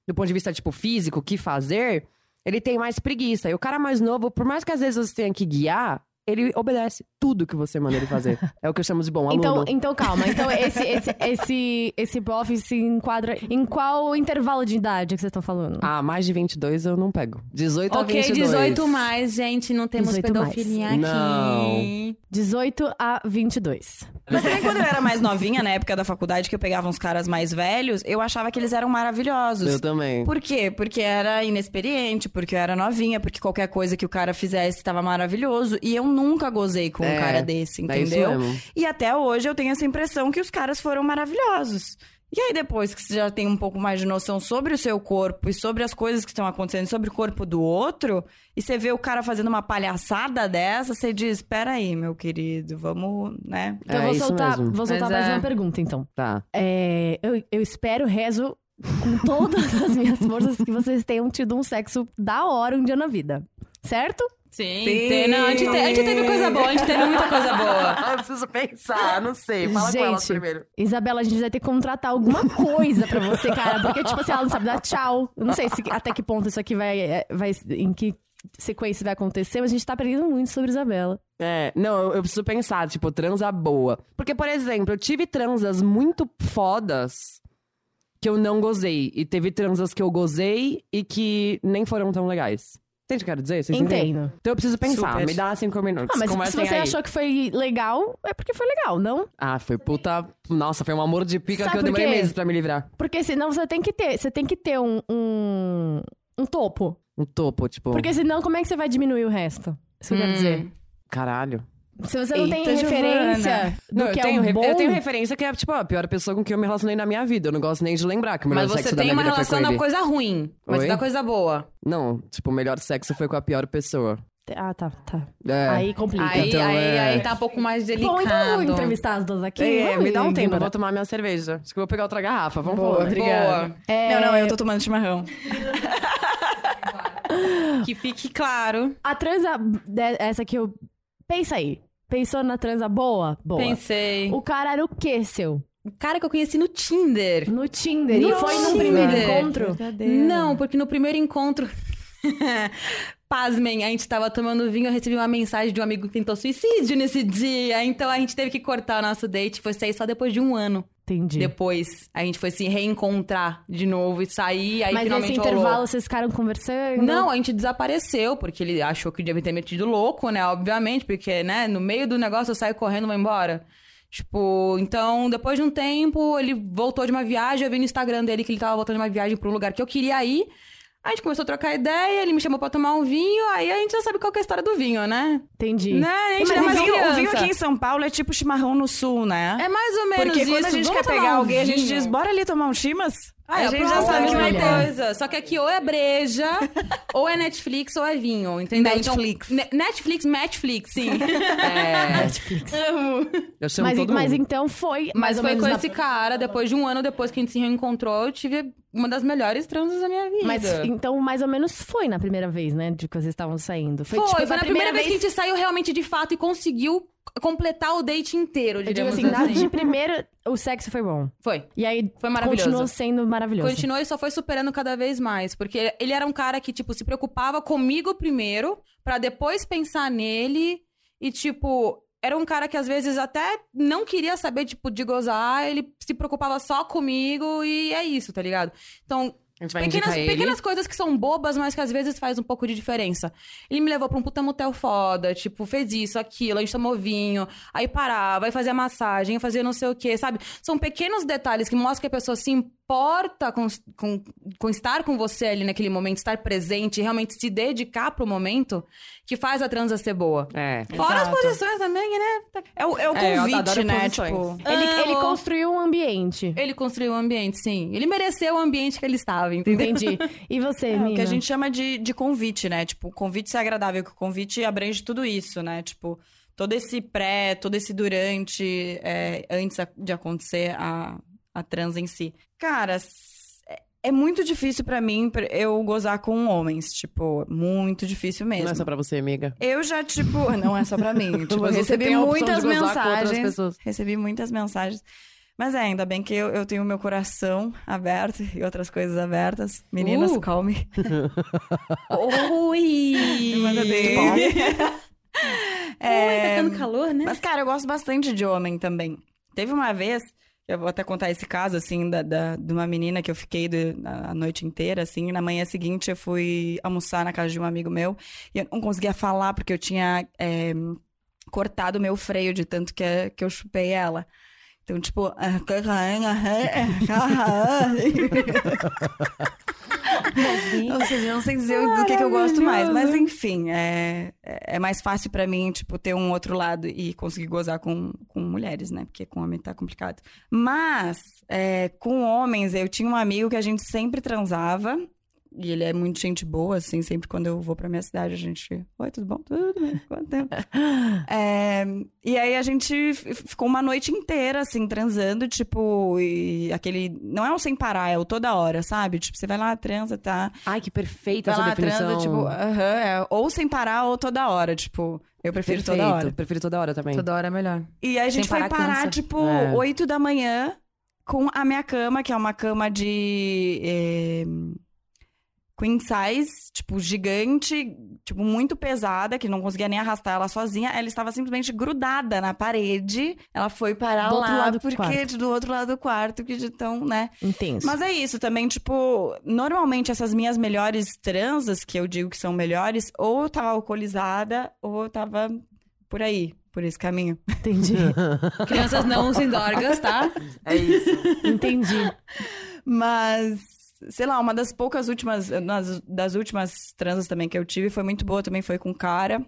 do ponto de vista, tipo, físico, o que fazer, ele tem mais preguiça. E o cara mais novo, por mais que às vezes você tenha que guiar, ele obedece tudo que você manda ele fazer. é o que eu chamo de bom aluno.
Então, então calma. Então esse esse esse esse bofe se enquadra em qual intervalo de idade que vocês estão falando?
Ah, mais de 22 eu não pego. 18 a
Ok,
22.
18 mais, né, gente, não temos
18 mais.
pedofilia aqui.
Não.
18 a 22.
Mas também quando eu era mais novinha, na época da faculdade, que eu pegava uns caras mais velhos, eu achava que eles eram maravilhosos.
Eu também.
Por quê? Porque era inexperiente, porque eu era novinha, porque qualquer coisa que o cara fizesse estava maravilhoso. E eu nunca gozei com um
É,
cara desse,
é isso
entendeu?
mesmo.
e até hoje eu tenho essa impressão que os caras foram maravilhosos. E aí, depois que você já tem um pouco mais de noção sobre o seu corpo e sobre as coisas que estão acontecendo, sobre o corpo do outro, e você vê o cara fazendo uma palhaçada dessa, você diz: peraí, meu querido, vamos, né?
Então
É,
eu vou
isso
soltar,
mesmo.
vou soltar
Mas
mais
é.
uma pergunta então.
Tá.
É, eu, eu espero rezo com todas as minhas forças que vocês tenham tido um sexo da hora um dia na vida. Certo?
Sim,
Sim.
Tem, não, a gente, te- a gente teve coisa boa, a gente teve muita coisa boa.
Ah, eu preciso pensar, não sei.
Fala com Gente. elas primeiro. Isabela, a gente vai ter que contratar alguma coisa pra você, cara. Porque, tipo assim, ela não sabe dar tchau. Eu não sei se- até que ponto isso aqui vai, é, vai. Em que sequência vai acontecer, mas a gente tá aprendendo muito sobre Isabela.
É, não, eu, eu preciso pensar, tipo, transa boa. Porque, por exemplo, eu tive transas muito fodas que eu não gozei. E teve transas que eu gozei e que nem foram tão legais. Entende o que eu quero dizer? Vocês entendem?
Entendo.
Então eu preciso pensar.
Super.
Me dá assim, cinco minutos.
Ah, mas se
Conversem
você
aí.
achou que foi legal, é porque foi legal, não?
Ah, foi puta. Nossa, foi um amor de pica
Sabe
que eu
por
demorei
quê?
meses pra me livrar.
Porque senão você tem que ter, você tem que ter um, um, um topo.
Um topo, tipo.
Porque senão, como é que você vai diminuir o resto? Isso
Hum.
que eu quero dizer.
Caralho.
Se você não tem
Eita,
referência do
Não, eu,
que é
tenho
um
re-
bom...
eu tenho referência que é, tipo, a pior pessoa com quem eu me relacionei na minha vida. Eu não gosto nem de lembrar que o melhor
Mas você
sexo da
tem
minha
uma
vida foi
relação
com
da
ele.
coisa ruim, mas
Oi?
da coisa boa.
Não, tipo, o melhor sexo foi com a pior pessoa.
Ah, tá, tá.
É.
Aí complica.
Aí,
Então,
aí,
é.
aí tá um pouco mais delicado.
Bom, então eu vou entrevistar as duas aqui.
É,
Vamos
me dá um tempo, eu
embora.
vou tomar minha cerveja. Acho que eu vou pegar outra garrafa. Vamos
Boa,
embora.
obrigada.
Não, não, eu tô tomando chimarrão.
Que fique claro.
A transa... de- Essa que eu... Pensa aí. Pensou na transa boa? Boa.
Pensei.
O cara era o quê, seu?
O cara que eu conheci no Tinder.
No Tinder. e
No
foi no
Tinder.
primeiro encontro?
Não, porque no primeiro encontro. Pasmem, a gente tava tomando vinho, eu recebi uma mensagem de um amigo que tentou suicídio nesse dia. Então a gente teve que cortar o nosso date. Foi sair só depois de um ano.
Entendi.
Depois a gente foi se reencontrar de novo e sair. Aí
Mas nesse
finalmente
intervalo
rolou.
vocês ficaram conversando?
Não, a gente desapareceu, porque ele achou que devia ter metido louco, né? Obviamente, porque, né, no meio do negócio eu saio correndo e vou embora. Tipo, então, depois de um tempo, ele voltou de uma viagem, eu vi no Instagram dele que ele tava voltando de uma viagem pra um lugar que eu queria ir. A gente começou a trocar ideia, ele me chamou pra tomar um vinho, aí a gente já sabe qual que é a história do vinho, né?
Entendi.
Né? A gente
Mas
era
o
mais
vinho, o
criança.
vinho aqui em São Paulo é tipo chimarrão no sul, né?
É mais ou menos
Porque
isso.
quando a gente
Vamos
quer pegar
tomar um
alguém, a gente
vinho.
diz, bora ali tomar um chimas?
É,
a gente já
pronto,
sabe
é a
que vai
mesma
ter.
coisa. Só que aqui ou é breja, ou é Netflix, ou é vinho, entendeu? Então,
Netflix.
Ne- Netflix, Netflix, sim.
É. Eu chamo
Mas,
todo
mas
mundo.
então foi mais
Mas
ou
foi
menos
com
na-
esse cara, depois de um ano depois que a gente se reencontrou, eu tive uma das melhores transas da minha vida.
Mas
foi,
então mais ou menos foi na primeira vez, né? De que vocês estavam saindo. Foi,
foi,
tipo,
na primeira vez que a gente saiu realmente de fato e conseguiu completar o date inteiro,
Eu digo
digamos
assim, na-
assim.
de primeira o sexo foi bom.
Foi.
E aí
Foi maravilhoso.
continuou assim, sendo maravilhoso.
Continuou e só foi superando cada vez mais. Porque ele era um cara que, tipo, se preocupava comigo primeiro, pra depois pensar nele. E, tipo, era um cara que às vezes até não queria saber, tipo, de gozar. Ele se preocupava só comigo e é isso, tá ligado? Então,
A gente vai
pequenas,
indicar ele.
pequenas coisas que são bobas, mas que às vezes faz um pouco de diferença. Ele me levou pra um puta motel foda, tipo, fez isso, aquilo, a gente tomou vinho, aí parava, aí fazia massagem, aí fazia não sei o quê, sabe? São pequenos detalhes que mostram que a pessoa se importa com, com, com estar com você ali naquele momento, estar presente, realmente se dedicar pro momento, que faz a transa ser boa.
É.
Fora as
Exato.
posições também, né?
É o, é o
É, eu
convite,
adoro
né?
posições.
Tipo,
Ele, ele
Amo.
construiu um ambiente.
Ele construiu o ambiente, sim. Ele mereceu o ambiente que ele estava, entendeu?
Entendi. E você,
é o que
Mina?
a gente chama de, de convite, né? Tipo, o convite ser agradável, que o convite abrange tudo isso, né? Tipo, todo esse pré, todo esse durante, é, antes a- de acontecer a, a trans em si. Cara, s- é- é muito difícil pra mim pra- eu gozar com homens, tipo, muito difícil mesmo.
Não é só pra você, amiga.
Eu já, tipo, não é só pra mim. tipo, eu
Você
recebi
tem a opção de
muitas
gozar com outras
mensagens.
pessoas.
Recebi muitas mensagens. Mas é, ainda bem que eu, eu tenho meu coração aberto e outras coisas abertas. Meninas,
Uh.
calme.
Ui!
Manda bem. É,
Ui, tá ficando calor, né?
Mas, cara, eu gosto bastante de homem também. Teve uma vez, eu vou até contar esse caso, assim, da, da- de uma menina que eu fiquei de- a a noite inteira, assim, e na manhã seguinte eu fui almoçar na casa de um amigo meu e eu não conseguia falar porque eu tinha é, cortado o meu freio de tanto que, que eu chupei ela. Então, tipo. Ou seja, eu não sei dizer do que, que eu gosto mais. Mas enfim, é, é é mais fácil pra mim, tipo, ter um outro lado e conseguir gozar com, com mulheres, né? Porque com homem tá complicado. Mas, é, com homens, eu tinha um amigo que a gente sempre transava. E ele é muito gente boa, assim, sempre quando eu vou pra minha cidade, a gente. Oi, tudo bom? Tudo bem? Quanto tempo? É, e aí a gente f- ficou uma noite inteira, assim, transando, tipo, e aquele. Não é um sem parar, é o toda hora, sabe? Tipo, você vai lá, transa, tá?
Ai, que perfeita
Vai
essa
lá,
definição.
transa, tipo, aham, é, ou sem parar ou toda hora, tipo, eu prefiro
Perfeito.
toda hora.
Prefiro toda hora também.
Toda hora é melhor.
E aí a gente
Sem
foi
parar,
parar,
cansa.
tipo,
É.
8 da manhã com a minha cama, que é uma cama de. eh, queen size, tipo, gigante, tipo, muito pesada, que não conseguia nem arrastar ela sozinha. Ela estava simplesmente grudada na parede. Ela foi parar
Do
lá
outro lado do
porque
quarto.
do outro lado do quarto, que de tão, né?
Intenso.
Mas é isso também, tipo, normalmente essas minhas melhores transas, que eu digo que são melhores, ou eu tava alcoolizada, ou eu tava por aí, por esse caminho.
Entendi.
Crianças não usem dorgas, tá?
É isso.
Entendi.
Mas, sei lá, uma das poucas últimas, nas- das últimas transas também que eu tive foi muito boa, também foi com cara.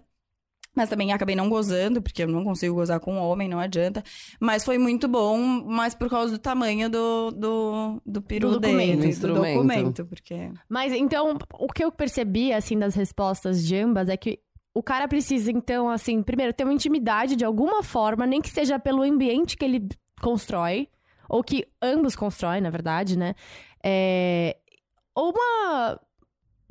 Mas também acabei não gozando, porque eu não consigo gozar com um homem, não adianta. Mas foi muito bom, mas por causa do tamanho do, do, do peru
Do documento,
dele, do
instrumento.
documento. Porque
Mas então, o que eu percebi, assim, das respostas de ambas é que o cara precisa, então, assim, primeiro, ter uma intimidade de alguma forma, nem que seja pelo ambiente que ele constrói, ou que ambos constroem, na verdade, né? É... Ou uma.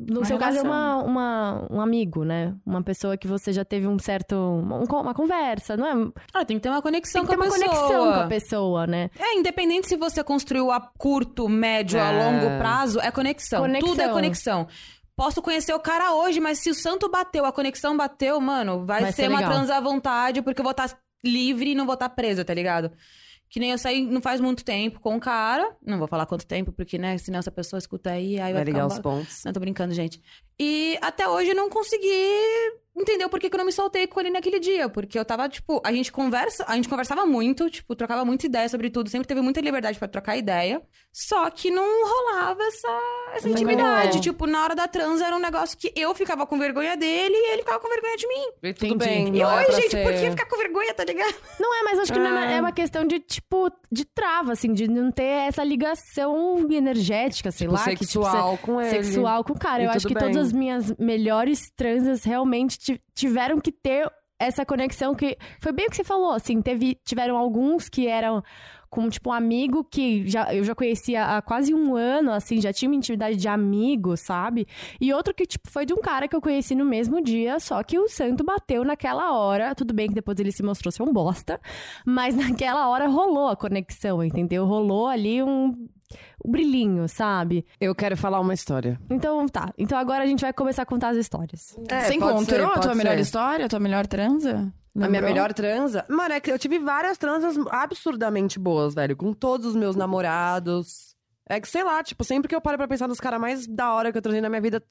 No
Uma
seu caso, é uma,
relação.
uma- um amigo, né? Uma pessoa que você já teve um certo. um con- uma conversa, não é?
Ah, tem que ter uma conexão
Tem que ter
com a
uma
pessoa.
conexão com a pessoa, né?
É, independente se você construiu a curto, médio, a longo prazo, é conexão.
Conexão.
Tudo é conexão. Posso conhecer o cara hoje, mas se o santo bateu, a conexão bateu, mano, vai,
Vai
ser,
ser
uma
legal.
trans à vontade, porque eu vou estar livre e não vou estar presa, tá ligado? Que nem eu saí não faz muito tempo com um cara. Não vou falar quanto tempo, porque, né, senão essa pessoa escuta aí, aí vai,
Vai
ficar
ligar
um
os
ba-
pontos.
Não, tô brincando, gente. E até hoje eu não consegui entender o porquê que eu não me soltei com ele naquele dia. Porque eu tava, tipo, a gente conversa, a gente conversava muito, tipo, trocava muita ideia sobre tudo, sempre teve muita liberdade pra trocar ideia. Só que não rolava essa, essa
Não
intimidade.
rolou.
Tipo, na hora da trans era um negócio que eu ficava com vergonha dele e ele ficava com vergonha de mim.
E tudo bem.
E
não é
oi,
pra
gente,
ser-
por que ficar com vergonha, tá ligado?
Não é, mas acho que não é, uma- é uma questão de, tipo, de trava, assim, de não ter essa ligação energética, sei
Tipo,
lá. que, tipo,
sexual com
você-
ele.
sexual com o cara.
E
Eu acho que
tudo
todas
bem.
as minhas melhores transas realmente ti- tiveram que ter essa conexão que. Foi bem o que você falou, assim, teve, tiveram alguns que eram. Com, tipo, um amigo que já, eu já conhecia há quase um ano, assim, já tinha uma intimidade de amigo, sabe? E outro que, tipo, foi de um cara que eu conheci no mesmo dia, só que o santo bateu naquela hora. Tudo bem que depois ele se mostrou ser um bosta, mas naquela hora rolou a conexão, entendeu? Rolou ali um, um brilhinho, sabe?
Eu quero falar uma história.
Então tá. Então agora a gente vai começar a contar as histórias.
É,
Você encontrou a tua melhor história, a tua melhor transa?
A minha
Lembrou?
melhor transa? Mano, é que eu tive várias transas absurdamente boas, velho. Com todos os meus namorados. É que, sei lá, tipo, sempre que eu paro pra pensar nos caras mais da hora que eu transei na minha vida, t-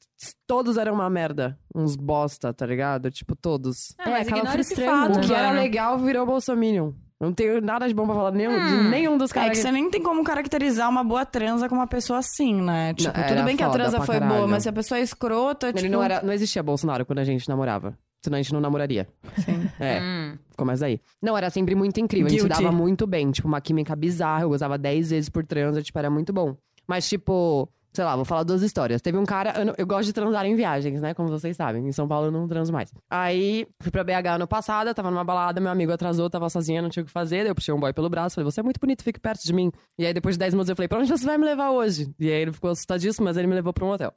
todos eram uma merda. Uns bosta, tá ligado? Tipo, todos.
Ah,
É,
mas
acaba
ignora esse
frustrando, né?
fato,
O que era
mano.
legal virou Bolsominion. Não tenho nada de bom pra falar nenhum, de nenhum dos
É
caras.
que você nem tem como caracterizar uma boa transa com uma pessoa assim, né? Tipo,
Não, era
tudo bem que a
foda
transa
pra
foi
caralho.
boa, mas se a pessoa é escrota,
Ele
tipo...
não, era, não existia Bolsonaro quando a gente namorava. Senão a gente não namoraria.
Sim.
É.
Hum.
Ficou mais daí. Não, era sempre muito incrível. A gente
Guilty.
se dava muito bem. Tipo, uma química bizarra. Eu gozava 10 vezes por transa. Tipo, era muito bom. Mas, tipo, sei lá, vou falar duas histórias. Teve um cara. Eu, não- eu gosto de transar em viagens, né? Como vocês sabem. Em São Paulo eu não transo mais. Aí, fui pra BH ano passado. Eu tava numa balada. Meu amigo atrasou. Tava sozinha, não tinha o que fazer. Daí eu puxei um boy pelo braço. Falei, você é muito bonito, fique perto de mim. E aí, depois de 10 minutos, eu falei, pra onde você vai me levar hoje? E aí ele ficou assustadíssimo, mas ele me levou pra um hotel.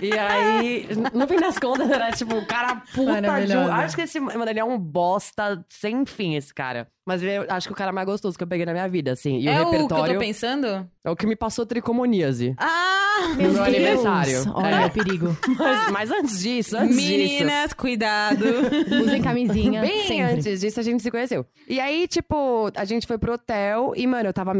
E aí, no fim das contas, era tipo, um cara puta de um...
Maravilhosa.
Acho que esse... Mano, ele é um bosta sem fim, esse cara. Mas ele é, acho que o cara mais gostoso que eu peguei na minha vida, assim. E
é
o
o que eu tô
repertório
pensando?
é o que me passou tricomoníase.
Ah!
Meu Deus. aniversário.
Olha o perigo.
Mas, mas antes disso, antes disso...
Meninas, Né, cuidado.
Usem camisinha.
Bem
sempre.
antes disso, a gente se conheceu. E aí, tipo, a gente foi pro hotel e, mano, eu tava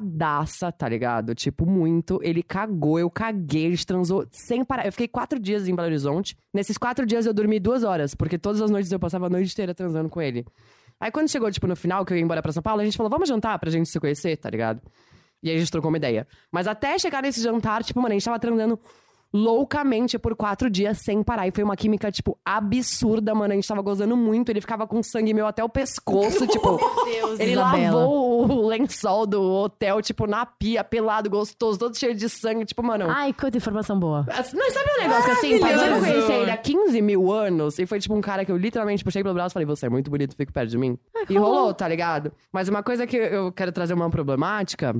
menstruadaça, tá ligado? Tipo, muito. Ele cagou, eu caguei, ele transou sem parar. Eu fiquei quatro dias em Belo Horizonte. Nesses quatro dias eu dormi duas horas, porque todas as noites eu passava a noite inteira transando com ele. Aí quando chegou, tipo, no final, que eu ia embora pra São Paulo, a gente falou, vamos jantar pra gente se conhecer, tá ligado? E aí a gente trocou uma ideia. Mas até chegar nesse jantar, tipo, mano, a gente tava transando loucamente por quatro dias sem parar. E foi uma química, tipo, absurda, mano. A gente tava gozando muito. Ele ficava com sangue meu até o pescoço, tipo. ele
Isabela.
lavou o lençol do hotel, tipo, na pia, pelado, gostoso, todo cheio de sangue. Tipo, mano.
Ai, quanta informação boa.
Assim, Não, sabe um negócio que, assim, parece que eu
Maravilhoso.
conheci ele há 15 mil anos e foi tipo um cara que eu literalmente puxei pelo braço e falei, você é muito bonito, fica perto de mim. e rolou, tá ligado? Mas uma coisa que eu quero trazer uma problemática,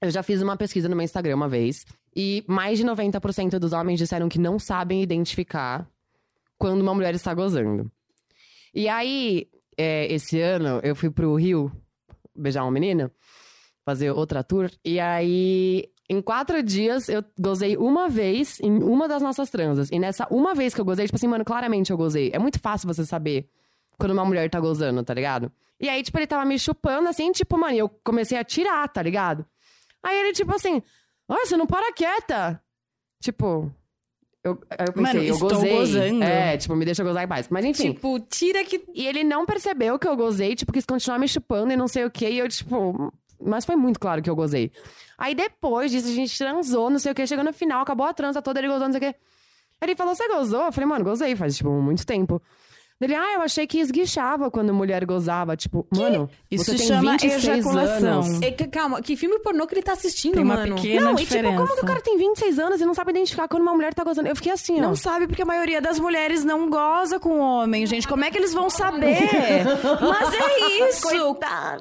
eu já fiz uma pesquisa no meu Instagram uma vez e mais de 90% dos homens disseram que não sabem identificar quando uma mulher está gozando. E aí, é, esse ano, eu fui pro Rio beijar uma menina, fazer outra tour, e aí Em quatro dias, eu gozei uma vez em uma das nossas transas. E nessa uma vez que eu gozei, tipo assim, mano, claramente eu gozei. É muito fácil você saber quando uma mulher tá gozando, tá ligado? E aí, tipo, ele tava me chupando assim, tipo, mano, e eu comecei a tirar, tá ligado? Aí ele, tipo assim, olha, você não para quieta. Tipo, eu, aí eu pensei,
Mano,
eu
estou
gozei.
gozando.
É, tipo, me deixa gozar em paz. Mas enfim.
Tipo, tira que.
E ele não percebeu que eu gozei, tipo, quis continuar me chupando e não sei o quê. E eu, tipo. Mas foi muito claro que eu gozei. Aí depois disso, a gente transou, não sei o quê. Chegou no final, acabou a transa toda, ele gozou, não sei o quê. Ele falou, você gozou? Eu falei, mano, gozei faz, tipo, muito tempo. Ele, ah, eu achei que esguichava quando mulher gozava. Tipo, mano,
Isso
você
se
tem
chama
26
ejaculação.
anos.
É que- calma, que filme pornô que ele tá assistindo,
Tem uma
mano?
pequena
não,
diferença.
e tipo, como que o cara tem 26 anos e não sabe identificar quando uma mulher tá gozando? Eu fiquei assim, ó.
Não sabe porque a maioria das mulheres não goza com homem, gente. Como é que eles vão saber? Mas é isso.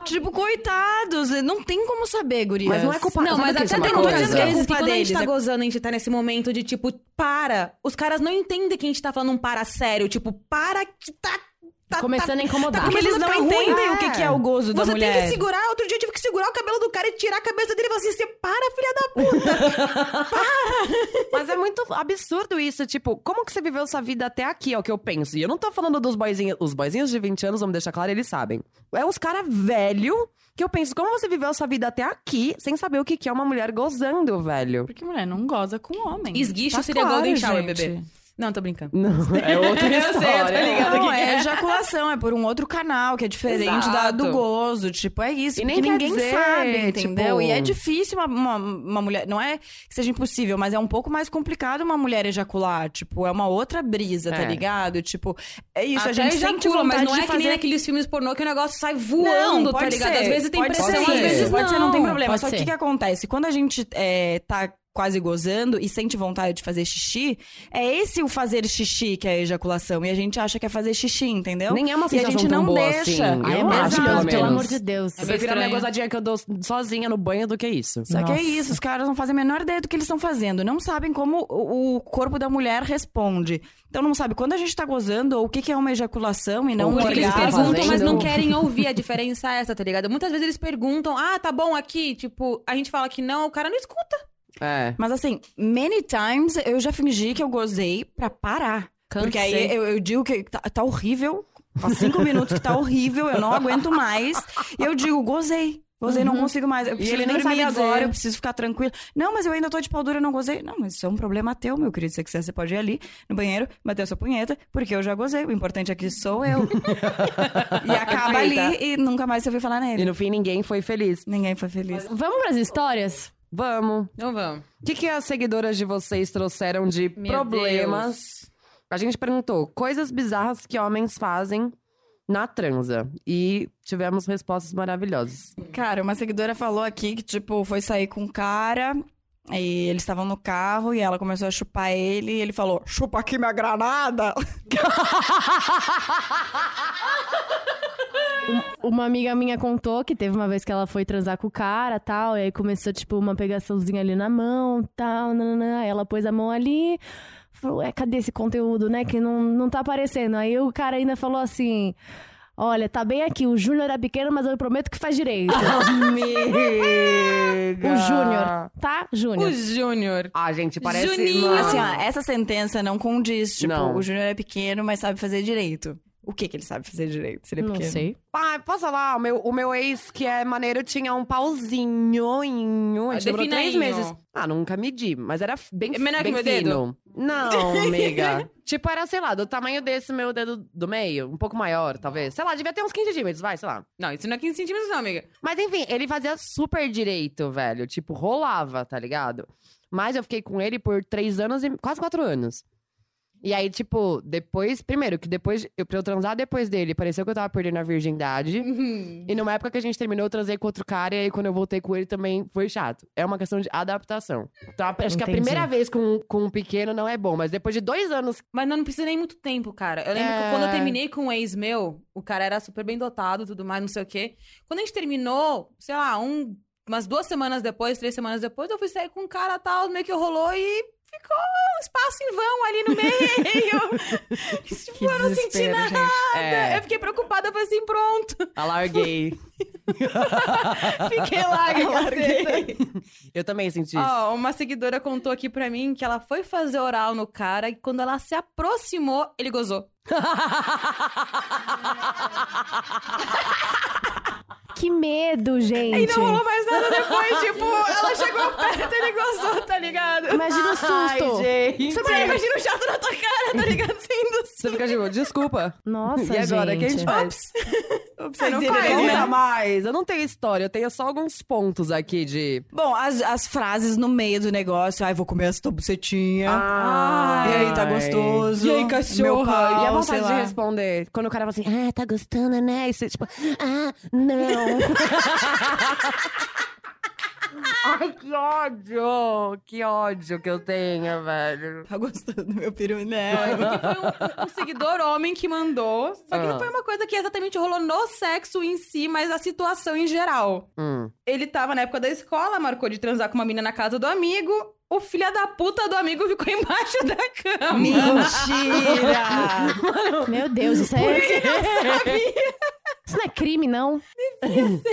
Tipo, coitados. Não tem como saber, gurias.
Mas não é culpa-
Não,
Sabe
mas
o que isso
até
é uma
tem não tô
coisa?
dizendo que é
Porque
culpa
quando
deles. A
a gente
gente
tá
tá gozando, a gente tá nesse momento de tipo, para. Os caras não entendem que a gente tá falando um para sério. Tipo, para que tá. tá
Começando a incomodar.
Porque eles não entendem o que, que é o gozo da
Você
mulher.
tem que segurar. Outro dia eu tive que segurar o cabelo do cara e tirar a cabeça dele e falar assim: você para, filha da puta.
Mas é muito absurdo isso, tipo, como que você viveu sua vida até aqui, é o que eu penso. E eu não tô falando dos boizinhos, os boizinhos de 20 anos, vamos deixar claro, eles sabem. É os cara velho que eu penso, como você viveu sua vida até aqui sem saber o que que é uma mulher gozando, velho?
Porque mulher não goza com homem.
Esguicho
Tá
seria
claro,
Golden Shower,
gente.
bebê. Não, tô brincando.
Não, é outra
Eu sei, eu tô
história.
ligada
Não,
aqui.
é ejaculação, é por um outro canal, que é diferente da,
Exato.
do gozo. Tipo, é
E
isso. porque
nem quer
ninguém
dizer,
sabe, entendeu?
tipo-
E é difícil uma, uma, uma mulher. Não é que seja impossível, mas é um pouco mais complicado uma mulher ejacular. Tipo, é uma outra brisa, tá
É.
ligado? Tipo, é isso.
Até
a gente sente
ejacula,
vontade
mas não
de
é que
fazer
nem aqueles filmes pornô que o negócio sai voando, tá ligado? Às vezes tem
pode
pressão,
ser.
às vezes
Pode
não.
ser, não tem problema.
Pode
Só que o
ser.
que que acontece? Quando a gente é, tá quase gozando e sente vontade de fazer xixi, é esse o fazer xixi que é a ejaculação. E a gente acha que é fazer xixi, entendeu?
Nem é uma
E a
sensação
gente
tão
não
boa
deixa.
assim.
Ai, é
eu acho,
maravilhoso,
pelo,
pelo,
menos.
amor de Deus.
Eu prefiro a minha
É estranho.
gozadinha que eu dou sozinha no banho do que isso.
Só que é
Nossa.
isso, os caras não fazem a menor ideia do que eles estão fazendo. Não sabem como o o corpo da mulher responde. Então não sabe quando a gente tá gozando ou o que, que é uma ejaculação e não um
Porque eles
orgasmo.
perguntam, mas não
fazendo.
querem ouvir a diferença é essa, tá ligado? Muitas vezes eles perguntam, ah, tá bom aqui, tipo, a gente fala que não, o cara não escuta.
É.
Mas assim, many times eu já fingi que eu gozei pra parar. Porque aí eu, eu digo que tá, tá horrível, faz cinco minutos que tá horrível, eu não aguento mais. E eu digo, gozei. Gozei, não consigo mais. Eu preciso
Uhum. ele nem
dormir
sabe dizer.
agora, eu preciso ficar tranquilo. Não, mas eu ainda tô de pau dura, eu não gozei. Não, mas isso é um problema teu, meu querido. Se você quiser, você pode ir ali no banheiro, bater a sua punheta, porque eu já gozei. O importante aqui sou eu. e acaba ali e nunca mais você ouviu falar
E
nele.
no fim ninguém foi feliz.
Ninguém foi feliz.
Vamos pras histórias?
Vamos.
Não vamos.
O que, que as seguidoras de vocês trouxeram de
Meu
problemas? A gente perguntou coisas bizarras que homens fazem na transa. E tivemos respostas maravilhosas.
Cara, uma seguidora falou aqui que, tipo, foi sair com um cara. E eles estavam no carro e ela começou a chupar ele e ele falou: chupa aqui minha granada!
Ah.
Uma amiga minha contou que teve uma vez que ela foi transar com o cara tal, e aí começou, tipo, uma pegaçãozinha ali na mão tal, nananã. Aí ela pôs a mão ali, falou, ué, cadê esse conteúdo, né? Que não, não tá aparecendo. Aí o cara ainda falou assim. Olha, tá bem aqui. O Júnior é pequeno, mas eu prometo que faz direito.
Amiga!
o Júnior, tá? Júnior.
Júnior. Ah,
Ah, gente, parece...
Juninho!
Mano,
Assim, ó, essa sentença não condiz. Tipo,
Não.
o Júnior é pequeno, mas sabe fazer direito. O que que ele sabe fazer direito? Se ele é
Não
pequeno.
sei.
Ah, posso falar? O meu, o meu ex, que é maneiro, tinha um pauzinho. inho. A gente
Ah,
demorou
defina
três
inho.
meses. Ah, nunca medi, mas era f- bem
É menor
bem
que meu
fino. Não, amiga. tipo, era, sei lá, do tamanho desse meu dedo do meio. Um pouco maior, talvez. Sei lá, devia ter uns 15 centímetros, vai, sei lá.
Não, isso não é 15 centímetros não, amiga.
Mas enfim, ele fazia super direito, velho. Tipo, rolava, tá ligado? Mas eu fiquei com ele por três anos e quase quatro anos. E aí, tipo, depois. Primeiro, que depois. Eu, pra eu transar depois dele, pareceu que eu tava perdendo a virgindade.
Uhum.
Uhum.
E numa época que a gente terminou, eu transei com outro cara. E aí, quando eu voltei com ele, também foi chato. É uma questão de adaptação. Então, acho que a
Entendi.
primeira vez com, com um pequeno não é bom. Mas depois de dois anos.
Mas não, não precisa nem muito tempo, cara. Eu lembro
É.
que quando eu terminei com um ex meu, o cara era super bem dotado, tudo mais, não sei o quê. Quando a gente terminou, sei lá, um, umas duas semanas depois, três semanas depois, eu fui sair com um cara tal, meio que rolou e
ficou um espaço em vão ali no meio. tipo, eu não senti
desespero,
nada.
gente. É,
Eu fiquei preocupada, eu falei assim, pronto.
alarguei.
Fiquei lá, larguei.
Eu também senti isso.
Ó, uma seguidora contou aqui pra mim que ela foi fazer oral no cara e quando ela se aproximou, ele gozou.
Que medo, gente.
E não rolou mais nada depois, tipo, ela chegou perto e ele gozou, tá ligado?
Imagina o susto.
Você imagina o jato na tua cara, tá ligado? Sendo
Você fica tipo, desculpa.
Nossa,
e agora, o
gente.
que a gente faz?
Você não faz,
não
né?
dá mais. Eu não tenho história, eu tenho só alguns pontos aqui de...
Bom, as, as frases no meio do negócio. Ai, vou comer essa tua bucetinha.
Ah. Ai.
e aí, tá gostoso.
E aí,
Meu pau,
e a
sei
vontade de
lá.
responder? Quando o cara fala assim, ah, tá gostando, né? E você, tipo, ah, não. Ai, que ódio! Que ódio que eu tenho, velho.
Tá gostando do meu né? peruné.
Porque foi um, um seguidor homem que mandou. Só que
Ah.
não foi uma coisa que exatamente rolou no sexo em si, mas a situação em geral.
Hum.
Ele tava na época da escola, marcou de transar com uma menina na casa do amigo. O filho da puta do amigo ficou embaixo da cama.
Mentira!
Meu Deus, isso é. Isso não é crime, não.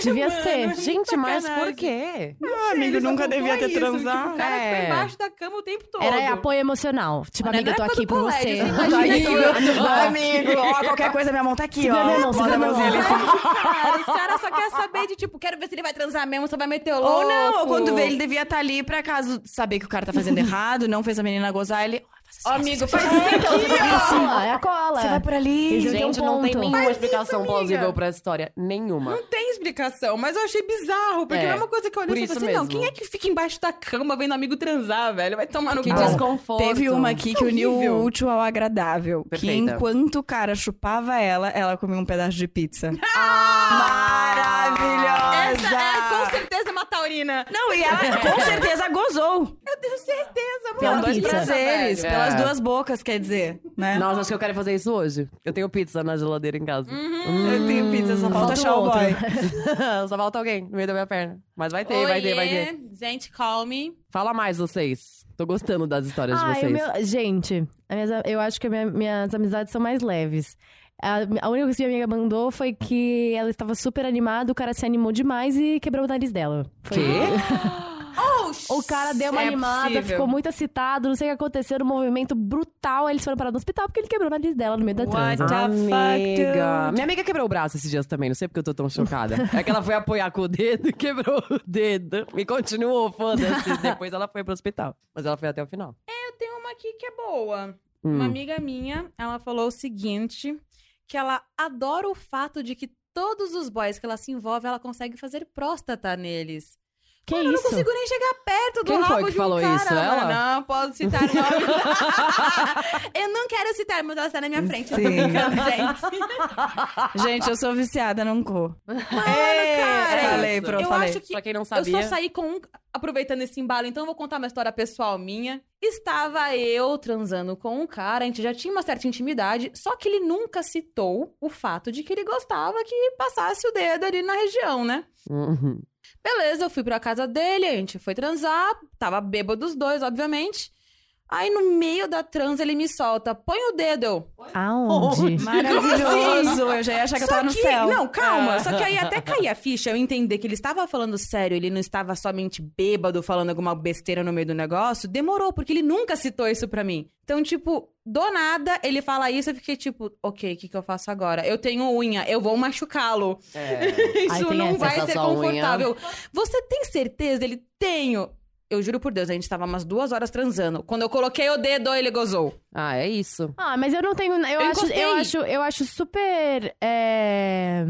Devia
é
ser.
Gente, mas por quê?
Meu amigo
Ele só
nunca devia
contou
ter
isso,
transado.
tipo, o cara
É.
ficou embaixo da cama o tempo todo.
Era
né?
apoio emocional. Tipo,
Mas
amiga, eu
na
tô
época
aqui
do
por você.
colégio,
Tô
você imagina
aqui.
que eu-
Ah, amigo, ó, qualquer coisa, minha mão tá aqui,
Segura
ó.
minha mão,
Manda
segura
a
minha
mãozinha
mão.
ali, assim.
Cara, esse cara só quer saber de tipo, quero ver se ele vai transar mesmo, só vai meter o louco.
Ou não, ou quando vê, ele devia estar ali pra caso saber que o cara tá fazendo errado, não fez a menina gozar, ele. "Ó, faz assim,
Ó, amigo, faz
É a cola, é a cola.
Você vai por ali.
Eles
Gente,
um
não tem
ponto.
nenhuma explicação plausível pra história. Nenhuma.
Não tem explicação, mas eu achei bizarro, porque
É,
não é uma coisa que eu
por
olhei e
isso
falei assim, não,
mesmo.
quem é que fica embaixo da cama vendo amigo transar, velho? Vai tomar no
Que
cu.
desconforto.
Teve uma aqui que uniu
Horrível.
o útil ao agradável.
Perfeita.
Que enquanto o cara chupava ela, ela comia um pedaço de pizza. Ah! Maravilhosa!
Essa é com certeza uma taurina.
Não, e ela com certeza gozou.
Eu tenho certeza,
Pelos
mano.
dois
pizza.
prazeres,
É.
pelas duas bocas, quer dizer, né?
Nossa, acho que eu quero fazer isso hoje. Eu tenho pizza na geladeira em casa.
Eu tenho pizza, só Hum. falta um
Falta
achar o
outro.
boy.
Ah, Só falta alguém no meio da minha perna. Mas vai ter, vai ter, vai ter.
Né? Gente, calme.
Fala mais vocês. Tô gostando das histórias de
Ai,
vocês.
o meu- Gente, as minhas- eu acho que minha- minhas amizades são mais leves. A, a única coisa que minha amiga mandou foi que ela estava super animada, o cara se animou demais e quebrou o nariz dela. Foi
Quê?
O cara deu uma
É
animada,
possível.
ficou muito excitado, não sei o que aconteceu, um movimento brutal. Aí eles foram parar no hospital porque ele quebrou o nariz dela no meio da transa.
Tá
Amiga. Minha amiga quebrou o braço esses dias também, não sei porque eu tô tão chocada. É que ela foi apoiar com o dedo e quebrou o dedo. E continuou, foda-se. Depois ela foi pro hospital. Mas ela foi até o final.
Tem uma aqui que é boa. Uma
Hum.
amiga minha, ela falou o seguinte, que ela adora o fato de que todos os boys que ela se envolve, ela consegue fazer próstata neles.
Que
Mano, eu não
isso?
consigo nem chegar perto do
Quem foi
rabo
que
de um
falou
cara,
isso? Ela?
mano. Não, posso citar nomes. eu não quero citar, mas ela está na minha frente. eu tô
Sim.
brincando, gente.
Gente, eu sou viciada, não corro.
cara, é
falei,
isso.
pronto,
eu
falei.
acho que
Pra quem não
eu
sabia.
só saí com um, aproveitando esse embalo, então eu vou contar uma história pessoal minha. Estava eu transando com um cara, a gente já tinha uma certa intimidade, só que ele nunca citou o fato de que ele gostava que passasse o dedo ali na região, né?
Uhum.
Beleza, eu fui pra casa dele, a gente foi transar, tava bêbado os dois, obviamente. Aí no meio da transa ele me solta, põe o dedo. Eu,
Aonde?
Maravilhoso! Eu já ia achar que eu
um Só
tava no
que-
céu.
Não,
É.
calma. Só que aí até cair a ficha, eu entender que ele estava falando sério, ele não estava somente bêbado falando alguma besteira no meio do negócio, demorou, porque ele nunca citou isso pra mim. Então, tipo, do nada, ele fala isso, eu fiquei tipo, ok, o que, que eu faço agora? Eu tenho unha, eu vou machucá-lo.
Aí
É.
Isso
tem
não
essa,
vai
essa
ser
sua unha.
confortável. Você tem certeza? Ele, tenho. Eu juro por Deus, a gente tava umas duas horas transando. Quando eu coloquei o dedo, ele gozou.
Ah, é isso.
Ah, mas eu não tenho. Eu, acho,
encostei.
eu acho, eu acho super é,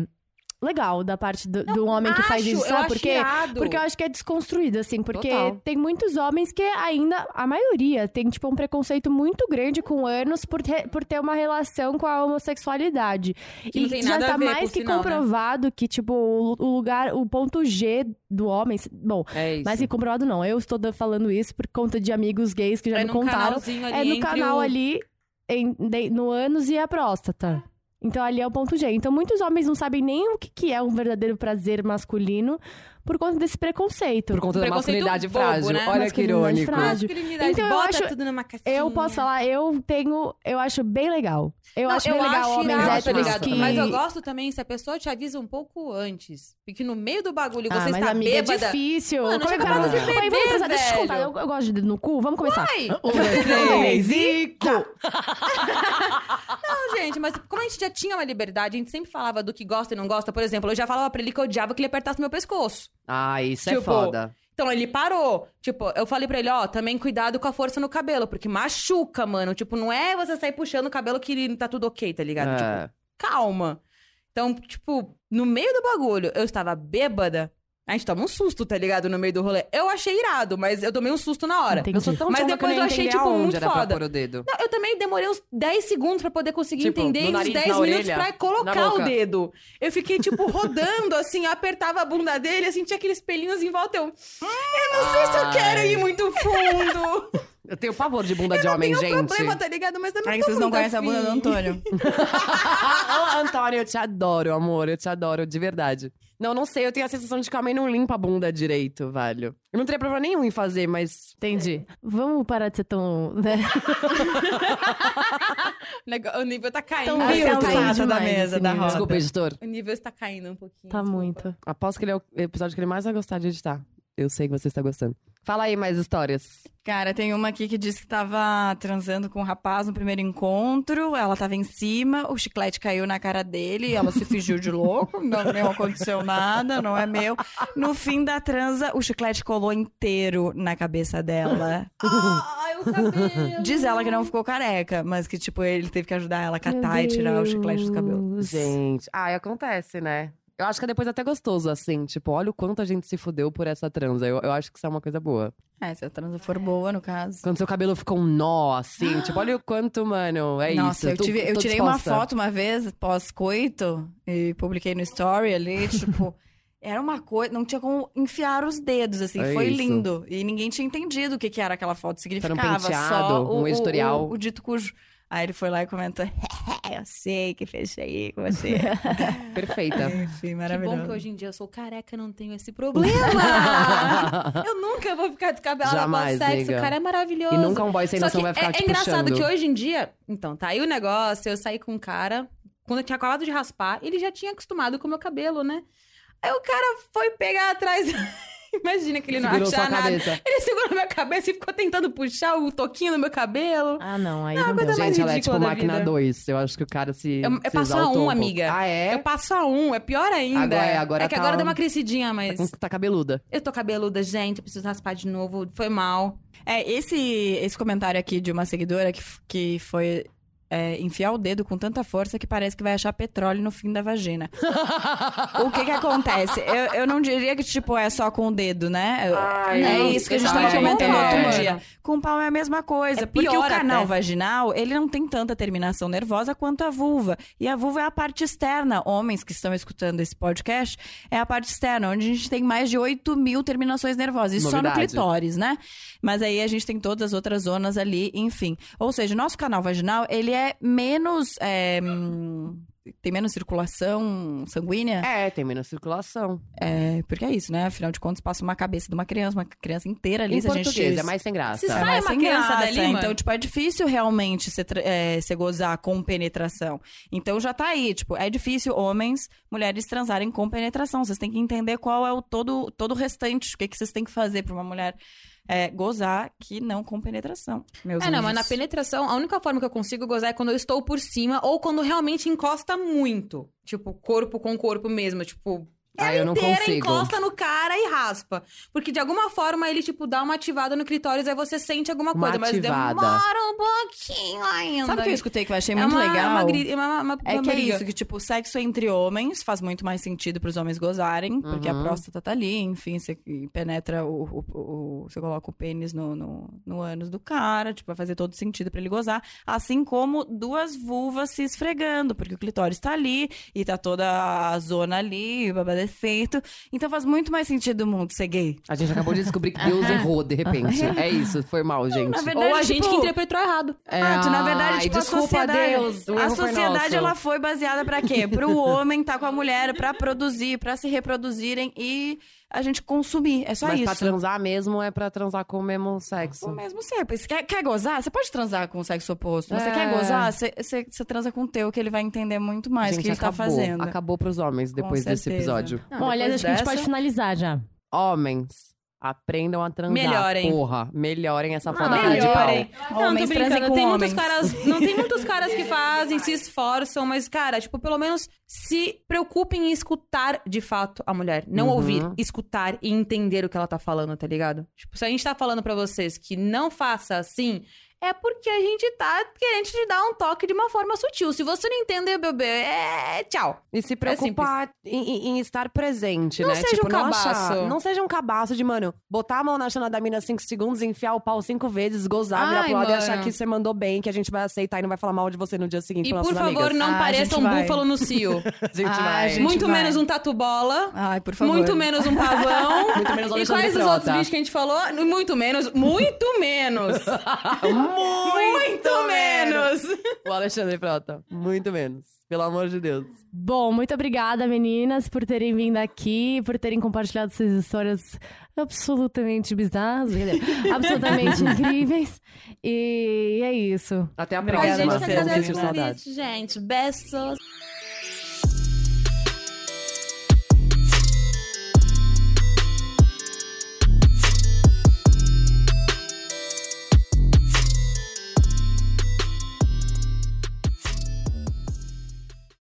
legal da parte do, do Um homem que faz
Acho,
isso,
eu
sabe?
acho
Porque
irado.
Porque eu acho que é desconstruído, assim, porque
Total.
tem muitos homens que ainda, a maioria, tem, tipo, um preconceito muito grande com anos por, ter- por ter uma relação com a homossexualidade.
Que não tem
já
nada a
tá
ver,
mais
por
que
sinal, né?
comprovado que, tipo, o, o lugar, o ponto G do homem. se- Bom,
É isso.
mais que comprovado não. Eu estou da- falando isso por conta de amigos gays que já
É
me
num
contaram.
canalzinho ali
É no
entre
canal
o-
ali, em- de- no ânus e a próstata. Então ali é o ponto G. Então muitos homens não sabem nem o que, que é um verdadeiro prazer masculino por conta desse preconceito.
Por conta da
Preconceito
masculinidade
bobo,
frágil.
né?
Olha que
Masculinidade
irônico.
frágil.
Masculinidade,
Então, eu
bota
acho-
tudo numa caixinha.
Eu posso falar, eu tenho, eu acho bem legal. Eu
Não,
acho bem legal homens
irado,
héteros
tá ligado?
que...
Mas eu gosto também se a pessoa te avisa um pouco antes. Porque no meio do bagulho
Ah,
você
mas
está
amiga,
bêbada.
é difícil.
Mano,
Como é que
já
vai?
acabou de
Oi, vamos
beber,
transar. Deixa eu te contar,
velho.
eu, eu gosto de dedo no cu. Vamos começar.
Ai,
Um, dois, três e... cu.
não, gente, mas como a gente já tinha uma liberdade, a gente sempre falava do que gosta e não gosta. Por exemplo, eu já falava pra ele que eu odiava que ele apertasse meu pescoço.
Ah, isso
Tipo,
é foda.
Então ele parou. Tipo, eu falei pra ele, ó, também cuidado com a força no cabelo, porque machuca, mano. Tipo, não é você sair puxando o cabelo que tá tudo ok, tá ligado? Tipo,
um
É.
calma. Então, tipo, no meio do bagulho, eu estava bêbada. A gente toma um susto, tá ligado? No meio do rolê. Eu achei irado, mas eu tomei um susto na hora.
Entendi.
Eu sou tão
Mas
idiota Então, que
depois
nem
eu achei,
entendi
tipo,
aonde
muito
era pra
foda.
pôr o dedo.
Não, eu também demorei uns 10 segundos pra poder conseguir
Tipo,
entender
no
e uns
nariz,
10
na
minutos
orelha,
pra
na
colocar
boca.
o dedo. Eu fiquei, tipo, rodando, assim, eu apertava a bunda dele, assim, tinha aqueles pelinhos em volta. Eu, "Hum, eu não sei se eu quero ir muito fundo.
Eu tenho pavor de bunda de homem, gente. é
Problema, tá ligado? Mas também
Aí que vocês não conhecem a bunda do
não tô muito afim.
Antônio.
Ah, Ô, Antônio, eu te adoro, amor. Eu te adoro, de verdade. Não, não sei. Eu tenho a sensação de que o homem não limpa a bunda direito, velho. Eu não teria problema nenhum em fazer, mas...
Entendi. Vamos parar de ser tão... Né?
O nego- O nível tá caindo.
Então,
Ah,
viu,
eu
tá-
caí
cansada da
demais
mesa,
nesse
assim,
da
nível.
roda.
Desculpa, editor.
O nível está caindo um pouquinho.
Tá muito.
Aposto que ele é o episódio que ele mais vai gostar de editar. Eu sei que você está gostando. Fala aí mais histórias.
Cara, tem uma aqui que disse que tava transando com um rapaz no primeiro encontro, ela tava em cima, o chiclete caiu na cara dele, ela se fingiu de louco, não, não aconteceu nada, não é meu. No fim da transa, o chiclete colou inteiro na cabeça dela.
Ai, o cabelo.
Diz ela que não ficou careca, mas que, tipo, ele teve que ajudar ela a catar e tirar o chiclete do cabelo.
Gente. Ah, acontece, né? Eu acho que é depois até gostoso, assim. Tipo, olha o quanto a gente se fudeu por essa transa. Eu, eu acho que isso é uma coisa boa.
É, se a transa for boa, no caso.
Quando seu cabelo fica um nó, assim. tipo, olha o quanto, mano. É
Nossa,
isso.
eu,
tô-
tive- eu
tô
tirei
disposta.
uma foto uma vez, pós-coito, e publiquei no story ali, tipo. Era uma coisa, não tinha como enfiar os dedos, assim,
É
foi
isso.
lindo. E ninguém tinha entendido o que, que era aquela foto, significava
penteado,
só o,
um editorial.
O, o, o dito cujo. Aí ele foi lá e comentou, "É, eu sei que fez isso aí com você.
Perfeita.
Enfim,
Que
maravilhoso.
bom que hoje em dia eu sou careca, não tenho esse problema. eu nunca vou ficar descabelada
Jamais,
após sexo.
nega.
O cara é maravilhoso.
E nunca um boy sem
Só
noção
que
vai ficar
é,
te
é engraçado
puxando.
que hoje em dia... Então, tá aí o negócio. Eu saí com um cara... Quando eu tinha acabado de raspar, ele já tinha acostumado com o meu cabelo, né? Aí o cara foi pegar atrás... Imagina que ele não
Segurou
achar
sua
nada.
cabeça.
Ele segurou minha cabeça e ficou tentando puxar o toquinho do meu cabelo.
Ah, não. Aí não
coisa
deu.
mais
Gente, ela é
ridícula
tipo
da
máquina
vida.
2. Eu acho que o cara se.
Eu- eu
se
passo a
exaltou
um,
pouco.
amiga.
Ah, é?
Eu passo a um, é pior ainda.
Agora é, agora
é que
tá
agora
um-
deu uma crescidinha, mas...
Tá com- Tá cabeluda.
Eu tô cabeluda, gente, eu preciso raspar de novo, foi mal.
É, esse, esse comentário aqui de uma seguidora que, f- que foi é, enfiar o dedo com tanta força que parece que vai achar petróleo no fim da vagina. o que que acontece? Eu, eu não diria que, tipo, é só com o dedo, né? Eu-
Ai,
é
eu-
isso que a gente
eu
tava
também
comentando
entendo,
outro
é.
dia. Com o pau é a mesma coisa.
É
porque o
pior
canal
até.
vaginal, ele não tem tanta terminação nervosa quanto a vulva. E a vulva é a parte externa. Homens que estão escutando esse podcast, é a parte externa, onde a gente tem mais de 8 mil terminações nervosas. Isso só no
Novidade.
clitóris, né? Mas aí a gente tem todas as outras zonas ali, enfim. Ou seja, o nosso canal vaginal, ele é menos. é, hum, tem menos circulação sanguínea?
É, tem menos circulação.
É, porque é isso, né? Afinal de contas, passa uma cabeça de uma criança, uma criança inteira ali.
em
se a gente-
português, é mais sem graça.
Se
é
sai
mais
uma
sem
criança
graça,
dali, mano.
Então, tipo, é difícil realmente se, tra- é, se gozar com penetração. Então já tá aí, tipo, é difícil homens, mulheres transarem com penetração. Vocês têm que entender qual é o todo, todo o restante, o que, que vocês têm que fazer pra uma mulher é, gozar que não com penetração. Meus
É, não, mas
anjos.
na penetração, a única forma que eu consigo gozar é quando eu estou por cima ou quando realmente encosta muito. Tipo, corpo com corpo mesmo, tipo...
Ah, eu não
inteira
consigo.
encosta no cara e raspa. Porque de alguma forma ele, tipo, dá uma ativada no clitóris, aí você sente alguma
Uma
coisa. Mas
ativada.
demora um pouquinho ainda.
Sabe o que eu escutei que eu achei
é
muito
uma,
legal?
É uma, gri- é uma, uma-
É
uma
que é
briga.
isso, que tipo, sexo entre homens faz muito mais sentido pros homens gozarem, porque a
Uhum.
próstata tá ali, enfim, você penetra o. o- o- você coloca o pênis no, no, no ânus do cara, tipo, vai fazer todo sentido pra ele gozar. Assim como duas vulvas se esfregando, porque o clitóris tá ali e tá toda a zona ali, babadê, defeito. Então faz muito mais sentido o mundo ser gay.
A gente acabou de descobrir que Deus errou, de repente. É isso, foi mal, gente. É,
Na verdade,
Ou a gente
tipo,
que interpretou errado.
Exato, na verdade,
ai,
tipo,
desculpa,
a sociedade,
Deus, o
a
erro foi
sociedade
nosso.
ela foi baseada pra quê? Para o homem estar com a mulher, pra produzir, pra se reproduzirem e a gente consumir. É só
Mas pra
isso. É
transar mesmo é pra transar com o mesmo sexo.
O mesmo sempre. Você quer, quer gozar? Você pode transar com o sexo oposto. Mas
É.
você quer gozar? Você, você, você transa com o teu, que ele vai entender muito mais o
Gente,
que ele tá
acabou.
fazendo.
Acabou pros homens depois desse
certeza.
episódio.
Bom, aliás, acho que a gente pode finalizar já.
Homens, aprendam a transar.
Melhorem.
Porra, melhorem essa foda de
melhorem.
pau.
Homens
tô
transem
brincando.
com
tem
homens.
Muitos caras, não tem muitos caras que fazem, se esforçam, mas, cara, tipo, pelo menos se preocupem em escutar de fato a mulher. Não
Uhum.
ouvir, escutar e entender o que ela tá falando, tá ligado? Tipo, se a gente tá falando pra vocês que não faça assim. É porque a gente tá querendo te dar um toque de uma forma sutil. Se você não entender, bebê, é tchau.
E se preocupar em, em- em estar presente,
Não
né?
seja
tipo,
um
não
cabaço.
achar- não seja um cabaço de, mano, botar a mão na chana da mina cinco segundos, enfiar o pau cinco vezes, gozar, virar
Ai,
pro lado e
mano.
achar que você mandou bem, que a gente vai aceitar e não vai falar mal de você no dia seguinte
E
pelas
por
suas
favor,
amigas.
não
Ah, a
pareça
gente
um
vai.
búfalo no cio.
Gente,
Ah,
vai.
gente.
Muito
vai.
menos um tatu-bola.
Ai, por favor.
Muito menos um pavão.
Muito menos
e
Alexandre
quais os
Frota.
outros bichos que a gente falou? Muito menos. Muito menos.
Muito,
muito menos.
O Alexandre Frota. Muito menos. Pelo amor de Deus.
Bom, muito obrigada, meninas, por terem vindo aqui, por terem compartilhado essas histórias absolutamente bizarras, brincadeira, absolutamente incríveis. E é isso.
Até a
Obrigada
próxima.
tá
a vocês.
Vão sentir saudade.
gente. Beijos.